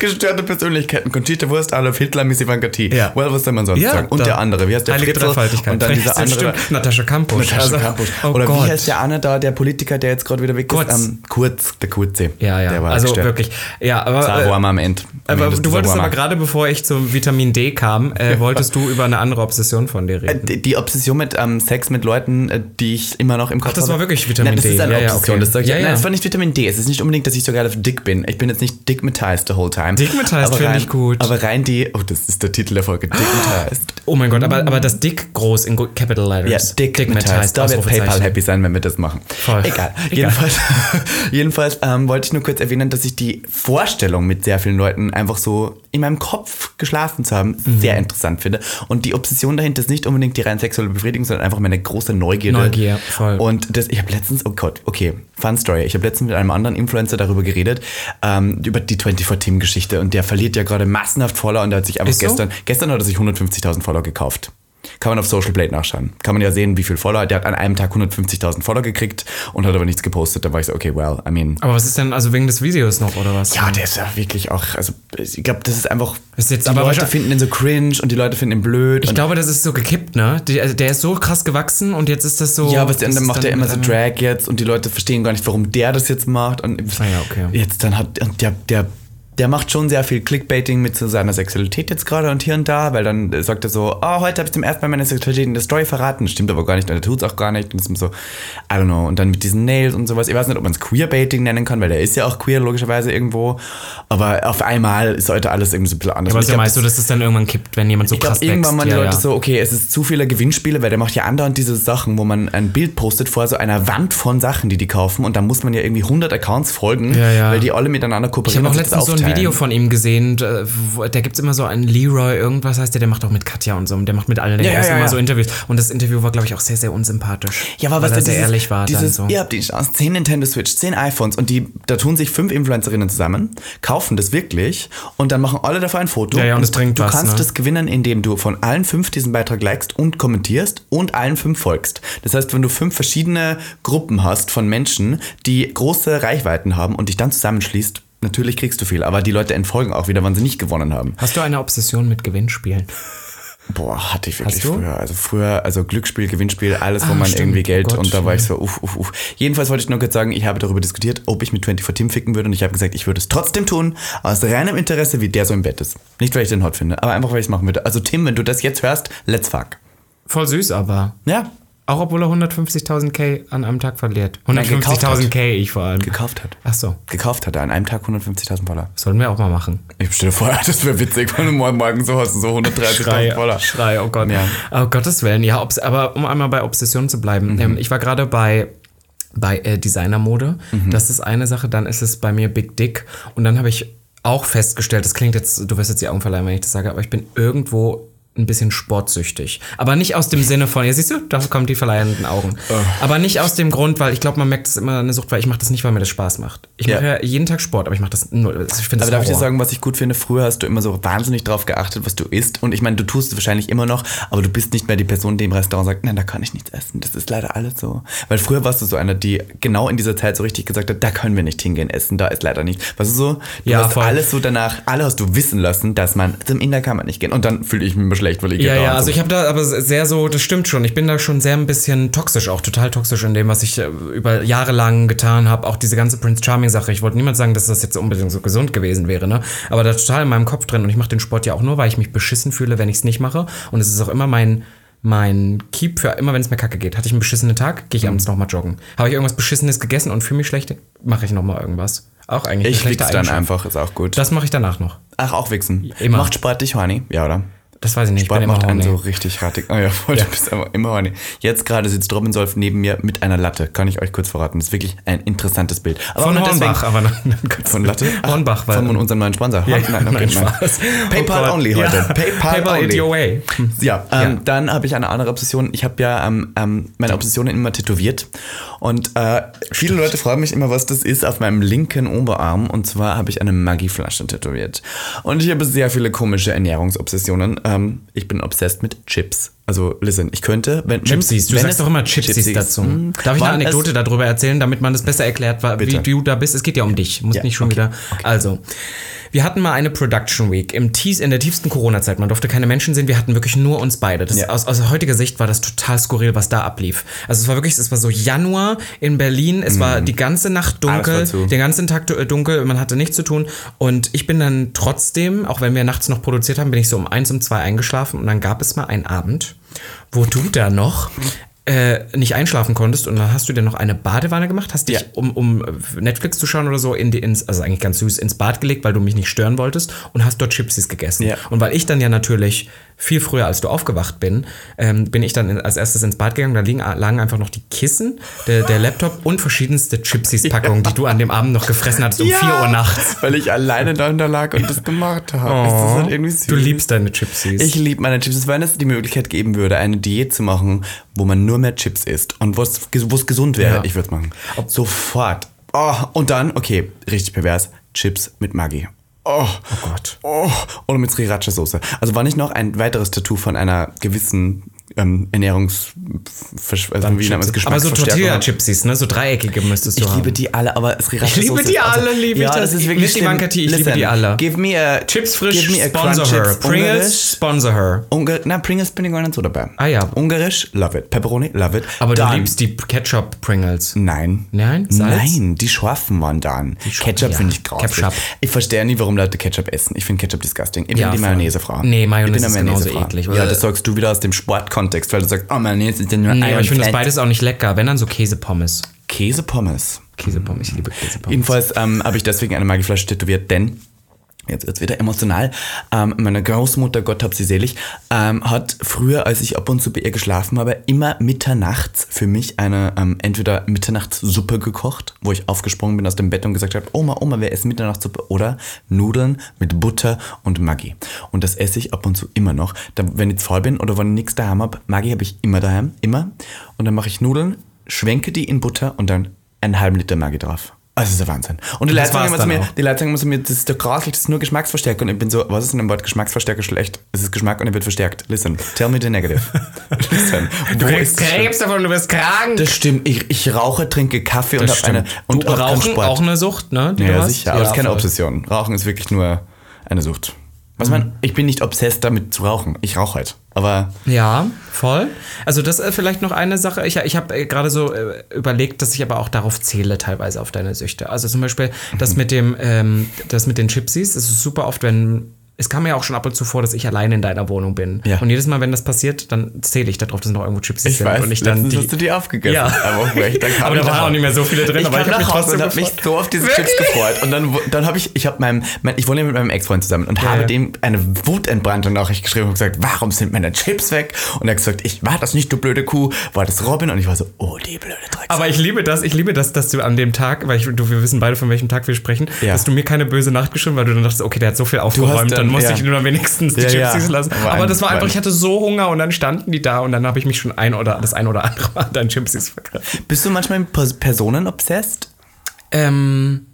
S2: Gestörte Persönlichkeiten. Conchita Wurst, Adolf Hitler, Missy Van Gatti.
S1: Ja.
S2: Well, was soll man sonst sagen? Und
S1: da-
S2: der andere. Wie heißt der
S1: Heilige
S2: Fritzl?
S1: Dreifaltigkeit.
S2: Und dann dieser
S1: Ja,
S2: andere.
S1: stimmt. Natascha Kampusch.
S2: Natascha
S1: Also,
S2: Kampusch.
S1: Oh
S2: Oder
S1: Gott.
S2: wie heißt der andere da, der Politiker, der jetzt gerade wieder weg
S1: Kurz.
S2: ist? Ähm, Kurz, der Kurze.
S1: Ja, ja.
S2: Der war
S1: also
S2: gestört.
S1: wirklich. Ja, aber. äh,
S2: Saruama am Ende. Am
S1: Aber
S2: Ende ist
S1: du
S2: der
S1: wolltest
S2: Saruama.
S1: aber gerade, bevor ich zum Vitamin D kam, äh, wolltest du über eine andere Obsession von dir reden.
S2: Die, die Obsession mit ähm, Sex mit Leuten, äh, die ich immer noch im Kopf habe.
S1: das war wirklich Vitamin
S2: Nein, das
S1: D.
S2: ist eine
S1: Ja, ja,
S2: Obsession.
S1: okay.
S2: Das, sag ich,
S1: Ja, ja.
S2: Nein, das war nicht Vitamin D. Es ist nicht unbedingt, dass ich so geil auf Dick bin. Ich bin jetzt nicht digmatized the whole time.
S1: Digmatized
S2: Aber
S1: finde
S2: rein-
S1: ich gut.
S2: Aber rein die... Oh, das ist der Titel der Folge. Digmatized.
S1: Oh mein Gott, aber, aber das Dick groß in gut- Capital
S2: Mm. Ja,
S1: Letters.
S2: dick, dick
S1: digmatized,
S2: Da wird
S1: Ausrufezeichen.
S2: PayPal happy sein, wenn wir das machen.
S1: Voll.
S2: Egal.
S1: Egal.
S2: Jedenfalls, jedenfalls ähm, wollte ich nur kurz erwähnen, dass ich die Vorstellung mit sehr vielen Leuten einfach so in meinem Kopf geschlafen zu haben,
S1: Mhm.
S2: sehr interessant finde. Und die Obsession dahinter ist nicht unbedingt die rein sexuelle Befriedigung, sondern einfach meine große Neugierde.
S1: Neugier, voll.
S2: Und das, ich habe letztens, oh Gott, okay, Fun Story. Ich habe letztens mit einem anderen Influencer darüber geredet, ähm, über die 24-Team-Geschichte. Und der verliert ja gerade massenhaft Follower und der hat sich einfach
S1: Ist so?
S2: gestern, gestern hat er sich 150.000 Follower gekauft. Kann man auf Social Blade nachschauen. Kann man ja sehen, wie viel Follower. Der hat an einem Tag 150.000 Follower gekriegt und hat aber nichts gepostet. Da war ich so, okay, well, I mean.
S1: Aber was ist denn, also wegen des Videos noch, oder was?
S2: Ja, der ist ja wirklich auch, also ich glaube, das ist einfach.
S1: Ist jetzt
S2: die
S1: aber
S2: Leute
S1: wahrscheinlich-
S2: finden ihn so cringe und die Leute finden ihn blöd.
S1: Ich
S2: und
S1: glaube, das ist so gekippt, ne? Die, also der ist so krass gewachsen und jetzt ist das so.
S2: Ja, aber dann
S1: das ist äh,
S2: macht er immer so
S1: mit
S2: Drag jetzt und die Leute verstehen gar nicht, warum der das jetzt macht. Und
S1: Ah ja, okay.
S2: jetzt dann hat und der, der, der macht schon sehr viel Clickbaiting mit so seiner Sexualität jetzt gerade und hier und da, weil dann äh, sagt er so, oh, heute habe ich zum ersten Mal meine Sexualität in der Story verraten. Stimmt aber gar nicht, und er tut's auch gar nicht. Und es ist so, I don't know. Und dann mit diesen Nails und sowas. Ich weiß nicht, ob man es Queerbaiting nennen kann, weil der ist ja auch queer, logischerweise irgendwo. Aber auf einmal ist heute alles irgendwie so ein bisschen anders.
S1: Aber
S2: Und ich
S1: ja
S2: glaub,
S1: meinst du, dass es dann irgendwann kippt, wenn jemand so
S2: ich
S1: krass
S2: glaube, irgendwann
S1: wächst?
S2: waren die
S1: ja,
S2: Leute
S1: ja.
S2: so, okay, es ist zu viele Gewinnspiele, weil der macht ja andauernd diese Sachen, wo man ein Bild postet vor so einer Wand von Sachen, die die kaufen und dann muss man ja irgendwie 100 Accounts folgen,
S1: Ja, ja.
S2: weil die alle miteinander
S1: Ich
S2: kooperieren.
S1: habe auch
S2: und sich das
S1: letztens so ein
S2: aufteilen.
S1: Video von ihm gesehen, äh, wo- da gibt's immer so einen Leroy, irgendwas heißt der, der macht auch mit Katja und so, und der macht mit allen der
S2: Ja, ja,
S1: ist
S2: ja,
S1: immer
S2: ja.
S1: so Interviews. Und das Interview war, glaube ich, auch sehr, sehr unsympathisch.
S2: Ja, aber was
S1: weil er
S2: dieses,
S1: sehr ehrlich war
S2: dieses,
S1: dann so.
S2: Ihr habt die Chance, 10 Nintendo Switch, 10 iPhones und die, da tun sich fünf Influencerinnen zusammen, kaufen das wirklich und dann machen alle dafür ein Foto.
S1: Ja, ja, und es bringt
S2: Du
S1: was,
S2: kannst
S1: ne?
S2: das gewinnen, indem du von allen fünf diesen Beitrag likest und kommentierst und allen fünf folgst. Das heißt, wenn du fünf verschiedene Gruppen hast von Menschen, die große Reichweiten haben und dich dann zusammenschließt, natürlich kriegst du viel, aber die Leute entfolgen auch wieder, wann sie nicht gewonnen haben.
S1: Hast du eine Obsession mit Gewinnspielen?
S2: Boah, hatte ich wirklich
S1: Hast du?
S2: früher. Also früher, also Glücksspiel, Gewinnspiel, alles, wo
S1: Ah,
S2: man
S1: stimmt.
S2: irgendwie Geld
S1: Oh Gott,
S2: und da war ich so, uff, uff, uff. Jedenfalls wollte ich nur kurz sagen, ich habe darüber diskutiert, ob ich mit 24 Tim ficken würde und ich habe gesagt, ich würde es trotzdem tun, aus reinem Interesse, wie der so im Bett ist. Nicht, weil ich den hot finde, aber einfach, weil ich es machen würde. Also Tim, wenn du das jetzt hörst, let's fuck.
S1: Voll süß aber.
S2: Ja,
S1: Auch obwohl er 150.000 K an einem Tag verliert.
S2: gekauft
S1: 150.000
S2: hat.
S1: K, ich vor allem.
S2: gekauft hat.
S1: Ach so,
S2: Gekauft hat er an einem Tag 150.000 Dollar.
S1: das sollten wir auch mal machen.
S2: Ich stelle vor, das wäre witzig, wenn du morgen, morgen so hast, so 130.000 Dollar.
S1: Schrei, oh Gott.
S2: Ja.
S1: Oh Gottes Willen, ja, obs aber um einmal bei Obsession zu
S2: Mhm.
S1: bleiben. Ähm, ich war gerade bei bei äh, Designermode.
S2: Mhm.
S1: Das ist eine Sache, dann ist es bei mir Big Dick und dann habe ich auch festgestellt, das klingt jetzt, du wirst jetzt die Augen verleihen, wenn ich das sage, aber ich bin irgendwo ein bisschen sportsüchtig. Aber nicht aus dem Sinne von, ja siehst du, da kommen die verleihenden Augen. Aber nicht aus dem Grund, weil ich glaube, man merkt es immer eine Sucht, weil ich mache das nicht, weil mir das Spaß macht. Ich
S2: Ja.
S1: mache ja jeden Tag Sport, aber ich mache das nur. Ich finde
S2: Aber
S1: das
S2: darf ich dir
S1: Horror.
S2: sagen, was ich gut finde? Früher hast du immer so wahnsinnig drauf geachtet, was du isst. Und ich meine, du tust es wahrscheinlich immer noch, aber du bist nicht mehr die Person, die im Restaurant sagt, nein, da kann ich nichts essen. Das ist leider alles so. Weil früher warst du so einer, die genau in dieser Zeit so richtig gesagt hat, da können wir nicht hingehen essen, da ist leider nicht. Weißt du so? Du
S1: Ja,
S2: hast
S1: voll.
S2: alles so danach, alle hast du wissen lassen, dass man zum Inder kann man nicht gehen. Und dann fühle ich mich immer schlecht, weil ich
S1: Ja,
S2: gedauert
S1: ja, also
S2: Genau, so.
S1: ich habe da aber sehr so, das stimmt schon. Ich bin da schon sehr ein bisschen toxisch, auch total toxisch in dem, was ich äh, über Jahre lang getan habe. Auch diese ganze Prince Charming Sache. Ich wollte niemand sagen, dass das jetzt unbedingt so gesund gewesen wäre, ne? Aber da total in meinem Kopf drin. Und ich mache den Sport ja auch nur, weil ich mich beschissen fühle, wenn ich es nicht mache. Und es ist auch immer mein mein Keep für immer, wenn es mir kacke geht. Hatte ich einen beschissenen Tag,
S2: Mhm.
S1: gehe ich abends nochmal joggen. Habe ich irgendwas Beschissenes gegessen und fühle mich schlecht, mache ich nochmal irgendwas. Auch eigentlich eine
S2: ich
S1: schlechte
S2: wichse dann
S1: Eigenschaft.
S2: einfach, ist auch gut.
S1: Das mache ich danach noch.
S2: Ach, auch wichsen.
S1: Immer.
S2: Macht Sport dich, Horny? Ja, oder?
S1: Das weiß ich nicht.
S2: Sport
S1: ich bin immer
S2: macht einen
S1: horny.
S2: so richtig rattig. Oh ja, voll, du bist aber immer horny. Jetzt gerade sitzt Robinsolf neben mir mit einer Latte. Kann ich euch kurz verraten. Das ist wirklich ein interessantes Bild. Aber
S1: Von
S2: nur deswegen-
S1: Hornbach, aber nein, Gott.
S2: Von Latte?
S1: Hornbach, weil-
S2: weil. Von unserem neuen Sponsor.
S1: Ja,
S2: nein, okay,
S1: nein, Spaß.
S2: PayPal
S1: Oh Gott.
S2: only
S1: Ja.
S2: heute. PayPal,
S1: PayPal Hm.
S2: only.
S1: it your way.
S2: Ja, ähm, dann habe ich eine andere Obsession. Ich habe ja ähm, ähm, meine Obsessionen immer tätowiert. Und äh, viele Leute fragen mich immer, was das ist auf meinem linken Oberarm. Und zwar habe ich eine Magieflasche tätowiert. Und ich habe sehr viele komische Ernährungsobsessionen. Ähm, ich bin obsessed mit Chips. Also, listen, ich könnte, wenn.
S1: Gypsies, du
S2: wenn
S1: sagst
S2: es-
S1: doch immer Gypsies, dazu.
S2: Hm.
S1: Darf ich eine
S2: Wann es-
S1: Anekdote darüber erzählen, damit man das besser erklärt, wa- wie
S2: Bitte.
S1: du da bist? Es geht ja um dich, muss
S2: Ja,
S1: nicht schon
S2: okay,
S1: wieder. Also, wir hatten mal eine Production Week im tief, in der tiefsten Corona-Zeit. Man durfte keine Menschen sehen, wir hatten wirklich nur uns beide. Das,
S2: Ja.
S1: aus, aus heutiger Sicht war das total skurril, was da ablief. Also es war wirklich, es war so Januar in Berlin, es Mhm. war die ganze Nacht
S2: Alles war
S1: dunkel,
S2: zu.
S1: den ganzen Tag du- äh, dunkel, man hatte nichts zu tun. Und ich bin dann trotzdem, auch wenn wir nachts noch produziert haben, bin ich so um eins, um zwei eingeschlafen. Und dann gab es mal einen Abend, wo du da noch äh, nicht einschlafen konntest. Und dann hast du dir noch eine Badewanne gemacht, hast dich,
S2: Ja.
S1: um, um äh, Netflix zu schauen oder so, in die, ins, also eigentlich ganz süß, ins Bad gelegt, weil du mich nicht stören wolltest und hast dort Chipsies gegessen.
S2: Ja.
S1: Und weil ich dann ja natürlich viel früher als du aufgewacht bin, ähm, bin ich dann in, als erstes ins Bad gegangen. Da liegen, lagen einfach noch die Kissen, der, der Laptop und verschiedenste Chipsies-Packungen, die du an dem Abend noch gefressen hattest um
S2: Ja,
S1: 4 Uhr nachts.
S2: Weil ich alleine da lag und das gemacht habe. Ist das halt irgendwie süß?
S1: Oh. Du liebst deine Chipsies.
S2: Ich liebe meine Chips. Wenn es die Möglichkeit geben würde, eine Diät zu machen, wo man nur mehr Chips isst und wo es ges- wo es gesund wäre,
S1: Ja.
S2: ich würde es machen. Sofort. Oh, und dann, okay, richtig pervers, Chips mit Maggi. Oh, oh
S1: Gott.
S2: Oh, und mit Sriracha-Soße. Also war nicht noch ein weiteres Tattoo von einer gewissen ähm, Ernährungs... Versch- also wie nennt man es?
S1: Aber so
S2: Geschmacksverstärkung?
S1: Tortilla-Chipsies, ne? so dreieckige müsstest du
S2: Ich
S1: haben.
S2: liebe die alle, aber also Sriracha
S1: Ich liebe die alle, liebe ich das. Nicht die Banker Tea, ich liebe die alle.
S2: Give me a
S1: Chips frisch,
S2: give me a
S1: sponsor
S2: crunch
S1: her.
S2: Chips. Ungarisch.
S1: Pringles, sponsor her.
S2: Ungar Na, Pringles bin ich gar nicht so dabei.
S1: Ah ja.
S2: Ungarisch, love it. Pepperoni, love it.
S1: Aber
S2: dann,
S1: du liebst die Ketchup-Pringles.
S2: Nein.
S1: Nein? Salz?
S2: Nein, die scharfen waren dann.
S1: scharfen,
S2: Ketchup
S1: ja.
S2: finde ich grausig.
S1: Ketchup.
S2: Ich verstehe nie, warum Leute Ketchup essen. Ich finde Ketchup disgusting. Ich
S1: Ja,
S2: bin die
S1: voll.
S2: Mayonnaise-Frau.
S1: Nee, Mayonnaise
S2: Ich bin eine
S1: ist genauso
S2: Mayonnaise-Frau.
S1: eklig,
S2: Ja,
S1: weil-
S2: das sagst du wieder aus dem Sportkontext, weil du sagst, oh, Mayonnaise ist ja nur
S1: Nee,
S2: Eier
S1: aber ich
S2: und
S1: finde das
S2: Fett.
S1: beides auch nicht lecker. Wenn dann so Käsepommes.
S2: Käsepommes.
S1: Käsepommes, ich liebe Käsepommes.
S2: Jedenfalls ähm, habe ich deswegen eine Magieflasche tätowiert, denn jetzt wird's wieder emotional. Ähm, meine Großmutter, Gott hab sie selig, ähm, hat früher, als ich ab und zu bei ihr geschlafen habe, immer mitternachts für mich eine ähm, entweder Mitternachtssuppe gekocht, wo ich aufgesprungen bin aus dem Bett und gesagt habe, Oma, Oma, wir essen Mitternachtssuppe oder Nudeln mit Butter und Maggi. Und das esse ich ab und zu immer noch. Da, wenn ich faul bin oder wenn ich nichts daheim habe, Maggi habe ich immer daheim, immer. Und dann mache ich Nudeln, schwenke die in Butter und dann einen halben Liter Maggi drauf. Also das ist der Wahnsinn. Und die
S1: Das
S2: Leute sagen
S1: war's
S2: immer zu
S1: dann
S2: mir,
S1: auch.
S2: die Leute sagen immer zu mir, das ist doch grauslich, das ist nur Geschmacksverstärker. Und ich bin so, was ist denn im Wort Geschmacksverstärker schlecht? Es ist Geschmack und er wird verstärkt. Listen, tell me the negative. Listen.
S1: Du
S2: wo
S1: kriegst
S2: ist das schlimm?
S1: Krebs davon, du bist krank.
S2: Das stimmt. Ich, ich rauche, trinke Kaffee und habe eine und
S1: du
S2: hab keinen
S1: Rauchen, auch eine Sucht, ne? die du
S2: ja,
S1: hast?
S2: sicher, aber das ist keine
S1: voll. Mhm.
S2: Obsession. Rauchen ist wirklich nur eine Sucht. Was man, ich bin nicht obsessed damit zu rauchen. Ich rauche halt. Aber
S1: Ja, voll. Also das äh, vielleicht noch eine Sache. Ich, ich habe äh, gerade so äh, überlegt, dass ich aber auch darauf zähle teilweise auf deine Süchte. Also zum Beispiel
S2: Mhm.
S1: das mit dem, ähm, das mit den Chipsies. Es ist super oft, wenn es kam mir ja auch schon ab und zu vor, dass ich alleine in deiner Wohnung bin.
S2: Ja.
S1: Und jedes Mal, wenn das passiert, dann zähle ich darauf, dass noch irgendwo Chipsies
S2: ich
S1: sind
S2: weiß,
S1: und ich dann
S2: letztens
S1: die.
S2: hast du die aufgegessen.
S1: Ja.
S2: Aber, auch echt, dann kam
S1: Aber da
S2: ich
S1: waren
S2: nach
S1: auch
S2: Hause.
S1: nicht mehr so viele drin,
S2: Ich
S1: aber ich
S2: kam
S1: hab mich
S2: nach Hause
S1: trotzdem
S2: und hab mich
S1: gefreut.
S2: so auf diese Chips
S1: Wirklich?
S2: gefreut. Und dann, dann habe ich, ich habe meinem, mein, ich wohne ja mit meinem Ex-Freund zusammen und habe dem eine wutentbrannte Nachricht geschrieben und gesagt, warum sind meine Chips weg? Und er hat gesagt, ich war das nicht, du blöde Kuh, war das Robin? Und ich war so, oh, die blöde Drecksau.
S1: Aber ich liebe das, ich liebe das, dass du an dem Tag, weil ich, du, wir wissen beide, von welchem Tag wir sprechen,
S2: Ja.
S1: dass du mir keine böse Nacht geschrieben, weil du dann dachtest, okay, der hat so viel aufgeräumt,
S2: hast
S1: dann,
S2: dann
S1: dann musste
S2: ja.
S1: ich nur wenigstens die
S2: Ja, ja.
S1: Gypsies lassen.
S2: Aber
S1: Aber
S2: ein-
S1: das war einfach,
S2: ein-
S1: ich hatte so Hunger und dann standen die da und dann habe ich mich schon ein oder das ein oder andere Mal an Gypsies vergriffen.
S2: Bist du manchmal in Pers- Personen obsessed?
S1: Ähm,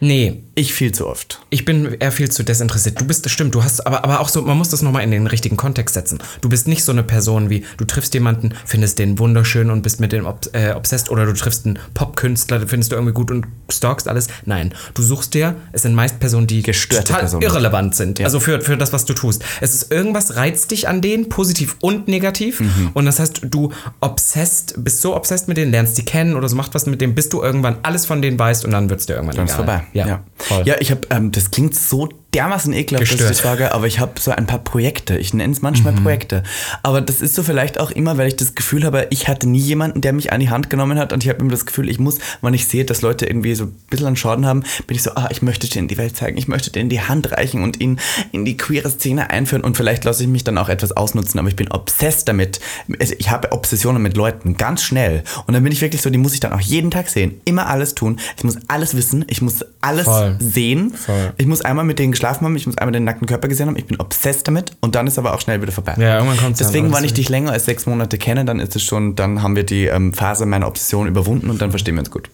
S1: nee,
S2: Ich viel zu oft.
S1: ich bin eher viel zu desinteressiert. Du bist, das stimmt, du hast, aber, aber auch so, man muss das nochmal in den richtigen Kontext setzen. Du bist nicht so eine Person wie, du triffst jemanden, findest den wunderschön und bist mit dem obs äh, obsessed oder du triffst einen Popkünstler, den findest du irgendwie gut und stalkst alles. Nein, du suchst dir, es sind meist Personen, die
S2: Gestörte
S1: total
S2: Personen.
S1: irrelevant sind. Also für, für das, was du tust. Es ist irgendwas reizt dich an denen, positiv und negativ.
S2: Mhm.
S1: Und das heißt, du obsessed, bist so obsessed mit denen, lernst die kennen oder so, macht was mit denen, bis du irgendwann alles von denen weißt und dann wird's dir irgendwann
S2: Ganz
S1: egal.
S2: vorbei.
S1: Ja,
S2: ja.
S1: voll.
S2: Ja, ich habe, ähm, das klingt so dermaßen ekelhaft, dass ich
S1: Gestört.
S2: das sage, aber ich habe so ein paar Projekte. Ich nenne es manchmal Projekte. Aber das ist so vielleicht auch immer, weil ich das Gefühl habe, ich hatte nie jemanden, der mich an die Hand genommen hat und ich habe immer das Gefühl, ich muss, wenn ich sehe, dass Leute irgendwie so ein bisschen an Schaden haben, bin ich so, ah, ich möchte denen die Welt zeigen, ich möchte denen die Hand reichen und ihnen in die queere Szene einführen und vielleicht lasse ich mich dann auch etwas ausnutzen, aber ich bin obsessed damit. Also ich habe Obsessionen mit Leuten, ganz schnell. Und dann bin ich wirklich so, die muss ich dann auch jeden Tag sehen, immer alles tun, ich muss alles wissen, ich muss alles
S1: Voll.
S2: sehen.
S1: Voll.
S2: Ich muss einmal mit denen geschlafen haben, ich muss einmal den nackten Körper gesehen haben, ich bin obsessed damit und dann ist aber auch schnell wieder vorbei.
S1: Ja, irgendwann kommt's dann,
S2: Deswegen,
S1: oder?
S2: wenn ich dich länger als sechs Monate kenne, dann ist es schon, dann haben wir die ähm, Phase meiner Obsession überwunden und dann verstehen wir uns gut.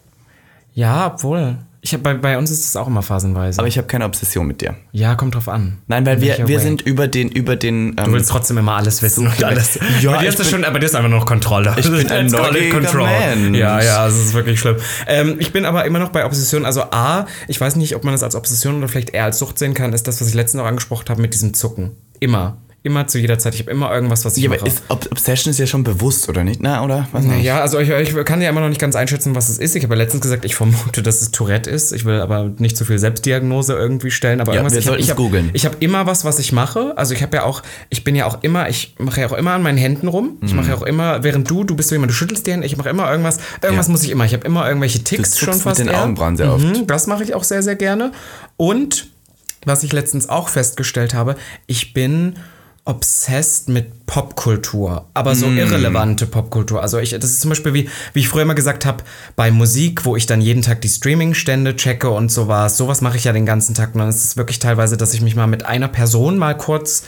S1: Ja, obwohl. Ich hab, bei, bei uns ist es auch immer phasenweise.
S2: Aber ich habe keine Obsession mit dir.
S1: ja, kommt drauf an.
S2: Nein, weil
S1: In
S2: wir,
S1: welcher
S2: wir
S1: way.
S2: sind über den, über den. Ähm,
S1: Du willst trotzdem immer alles wissen und alles.
S2: Ja,
S1: bei dir
S2: ich
S1: ist das
S2: bin-
S1: schon, aber dir ist einfach nur noch Kontrolle. Ich
S2: bin ein neugieriger Mensch.
S1: Ja, ja, es ist wirklich schlimm. Ähm, ich bin aber immer noch bei Obsession. Also A, ich weiß nicht, ob man das als Obsession oder vielleicht eher als Sucht sehen kann, ist das, was ich letztens auch angesprochen habe mit diesem Zucken. Immer. Immer zu jeder Zeit. Ich habe immer irgendwas, was ich
S2: ja, aber
S1: mache.
S2: ist, Ob- Obsession ist ja schon bewusst, oder nicht? Na, oder? Was nicht?
S1: Ja, also ich, ich kann ja immer noch nicht ganz einschätzen, was es ist. Ich habe ja letztens gesagt, ich vermute, dass es Tourette ist. Ich will aber nicht zu viel Selbstdiagnose irgendwie stellen. Aber
S2: Ja,
S1: irgendwas,
S2: wir
S1: ich hab-
S2: sollten's
S1: ich hab,
S2: googeln.
S1: Ich habe immer was, was ich mache. Also ich habe ja auch, ich bin ja auch immer, ich mache ja auch immer an meinen Händen rum.
S2: Mhm.
S1: Ich mache ja auch immer, während du, du bist so jemand, du schüttelst die Hände. Ich mache immer irgendwas. Irgendwas
S2: Ja.
S1: muss ich immer. Ich habe immer irgendwelche
S2: Du
S1: Ticks
S2: zuckst
S1: schon fast.
S2: mit den
S1: eher.
S2: Augenbrauen sehr oft.
S1: Mhm, Das mache ich auch sehr, sehr gerne. Und was ich letztens auch festgestellt habe, ich bin obsessed mit Popkultur, aber so irrelevante Popkultur. Also ich, das ist zum Beispiel wie, wie ich früher immer gesagt habe, bei Musik, wo ich dann jeden Tag die Streaming-Stände checke und sowas. Sowas mache ich ja den ganzen Tag. Und dann ist es wirklich teilweise, dass ich mich mal mit einer Person mal kurz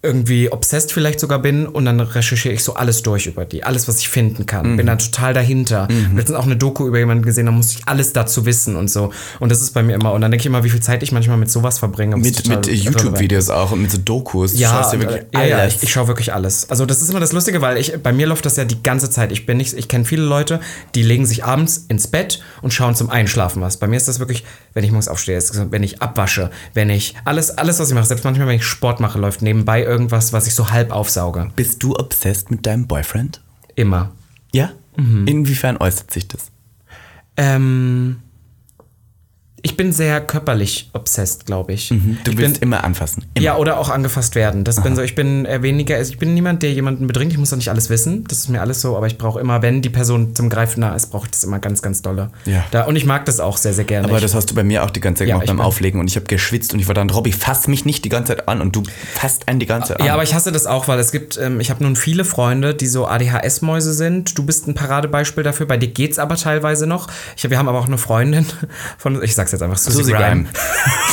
S1: irgendwie obsessed vielleicht sogar bin und dann recherchiere ich so alles durch über die, alles, was ich finden kann. Bin dann total dahinter. Mhm. Letztens auch eine Doku über jemanden gesehen, da musste ich alles dazu wissen und so. Und das ist bei mir immer. Und dann denke ich immer, wie viel Zeit ich manchmal mit sowas verbringe. Das ist
S2: Mit,
S1: total
S2: mit
S1: irrelevant.
S2: YouTube-Videos auch und mit so Dokus. Du
S1: Ja,
S2: schaust dir
S1: und,
S2: wirklich
S1: äh, ja, ja,
S2: alles.
S1: ich, ich schaue wirklich alles. Also das ist immer das Lustige, weil ich bei mir läuft das ja die ganze Zeit. Ich bin nicht, ich kenne viele Leute, die legen sich abends ins Bett und schauen zum Einschlafen was. Bei mir ist das wirklich, wenn ich morgens aufstehe, ist gesagt, wenn ich abwasche, wenn ich alles, alles was ich mache, selbst manchmal wenn ich Sport mache, läuft nebenbei irgendwas, was ich so halb aufsauge.
S2: Bist du obsessed mit deinem Boyfriend?
S1: Immer.
S2: Ja?
S1: Mhm.
S2: Inwiefern äußert sich das?
S1: Ähm, ich bin sehr körperlich obsessed, glaube ich.
S2: Mhm. Du
S1: ich bin,
S2: willst immer anfassen. Immer.
S1: Ja, oder auch angefasst werden. Das bin so, ich bin äh, weniger, also ich bin niemand, der jemanden bedrängt. Ich muss doch nicht alles wissen. Das ist mir alles so, aber ich brauche immer, wenn die Person zum Greifen nah ist, brauche ich das immer ganz, ganz dolle.
S2: Ja.
S1: Da, und ich mag das auch sehr, sehr gerne.
S2: Aber
S1: ich,
S2: das hast du bei mir auch die ganze Zeit
S1: Ja,
S2: gemacht
S1: ich
S2: beim
S1: bin-
S2: Auflegen und ich habe geschwitzt und ich war dann, Robby, fass mich nicht die ganze Zeit an und du fasst einen die ganze Zeit an.
S1: ja, aber ich hasse das auch, weil es gibt, ähm, ich habe nun viele Freunde, die so ADHS-Mäuse sind. Du bist ein Paradebeispiel dafür. Bei dir geht's aber teilweise noch. Ich, hab- wir haben aber auch eine Freundin von, ich sag's jetzt einfach, Susie,
S2: Susie
S1: Grime.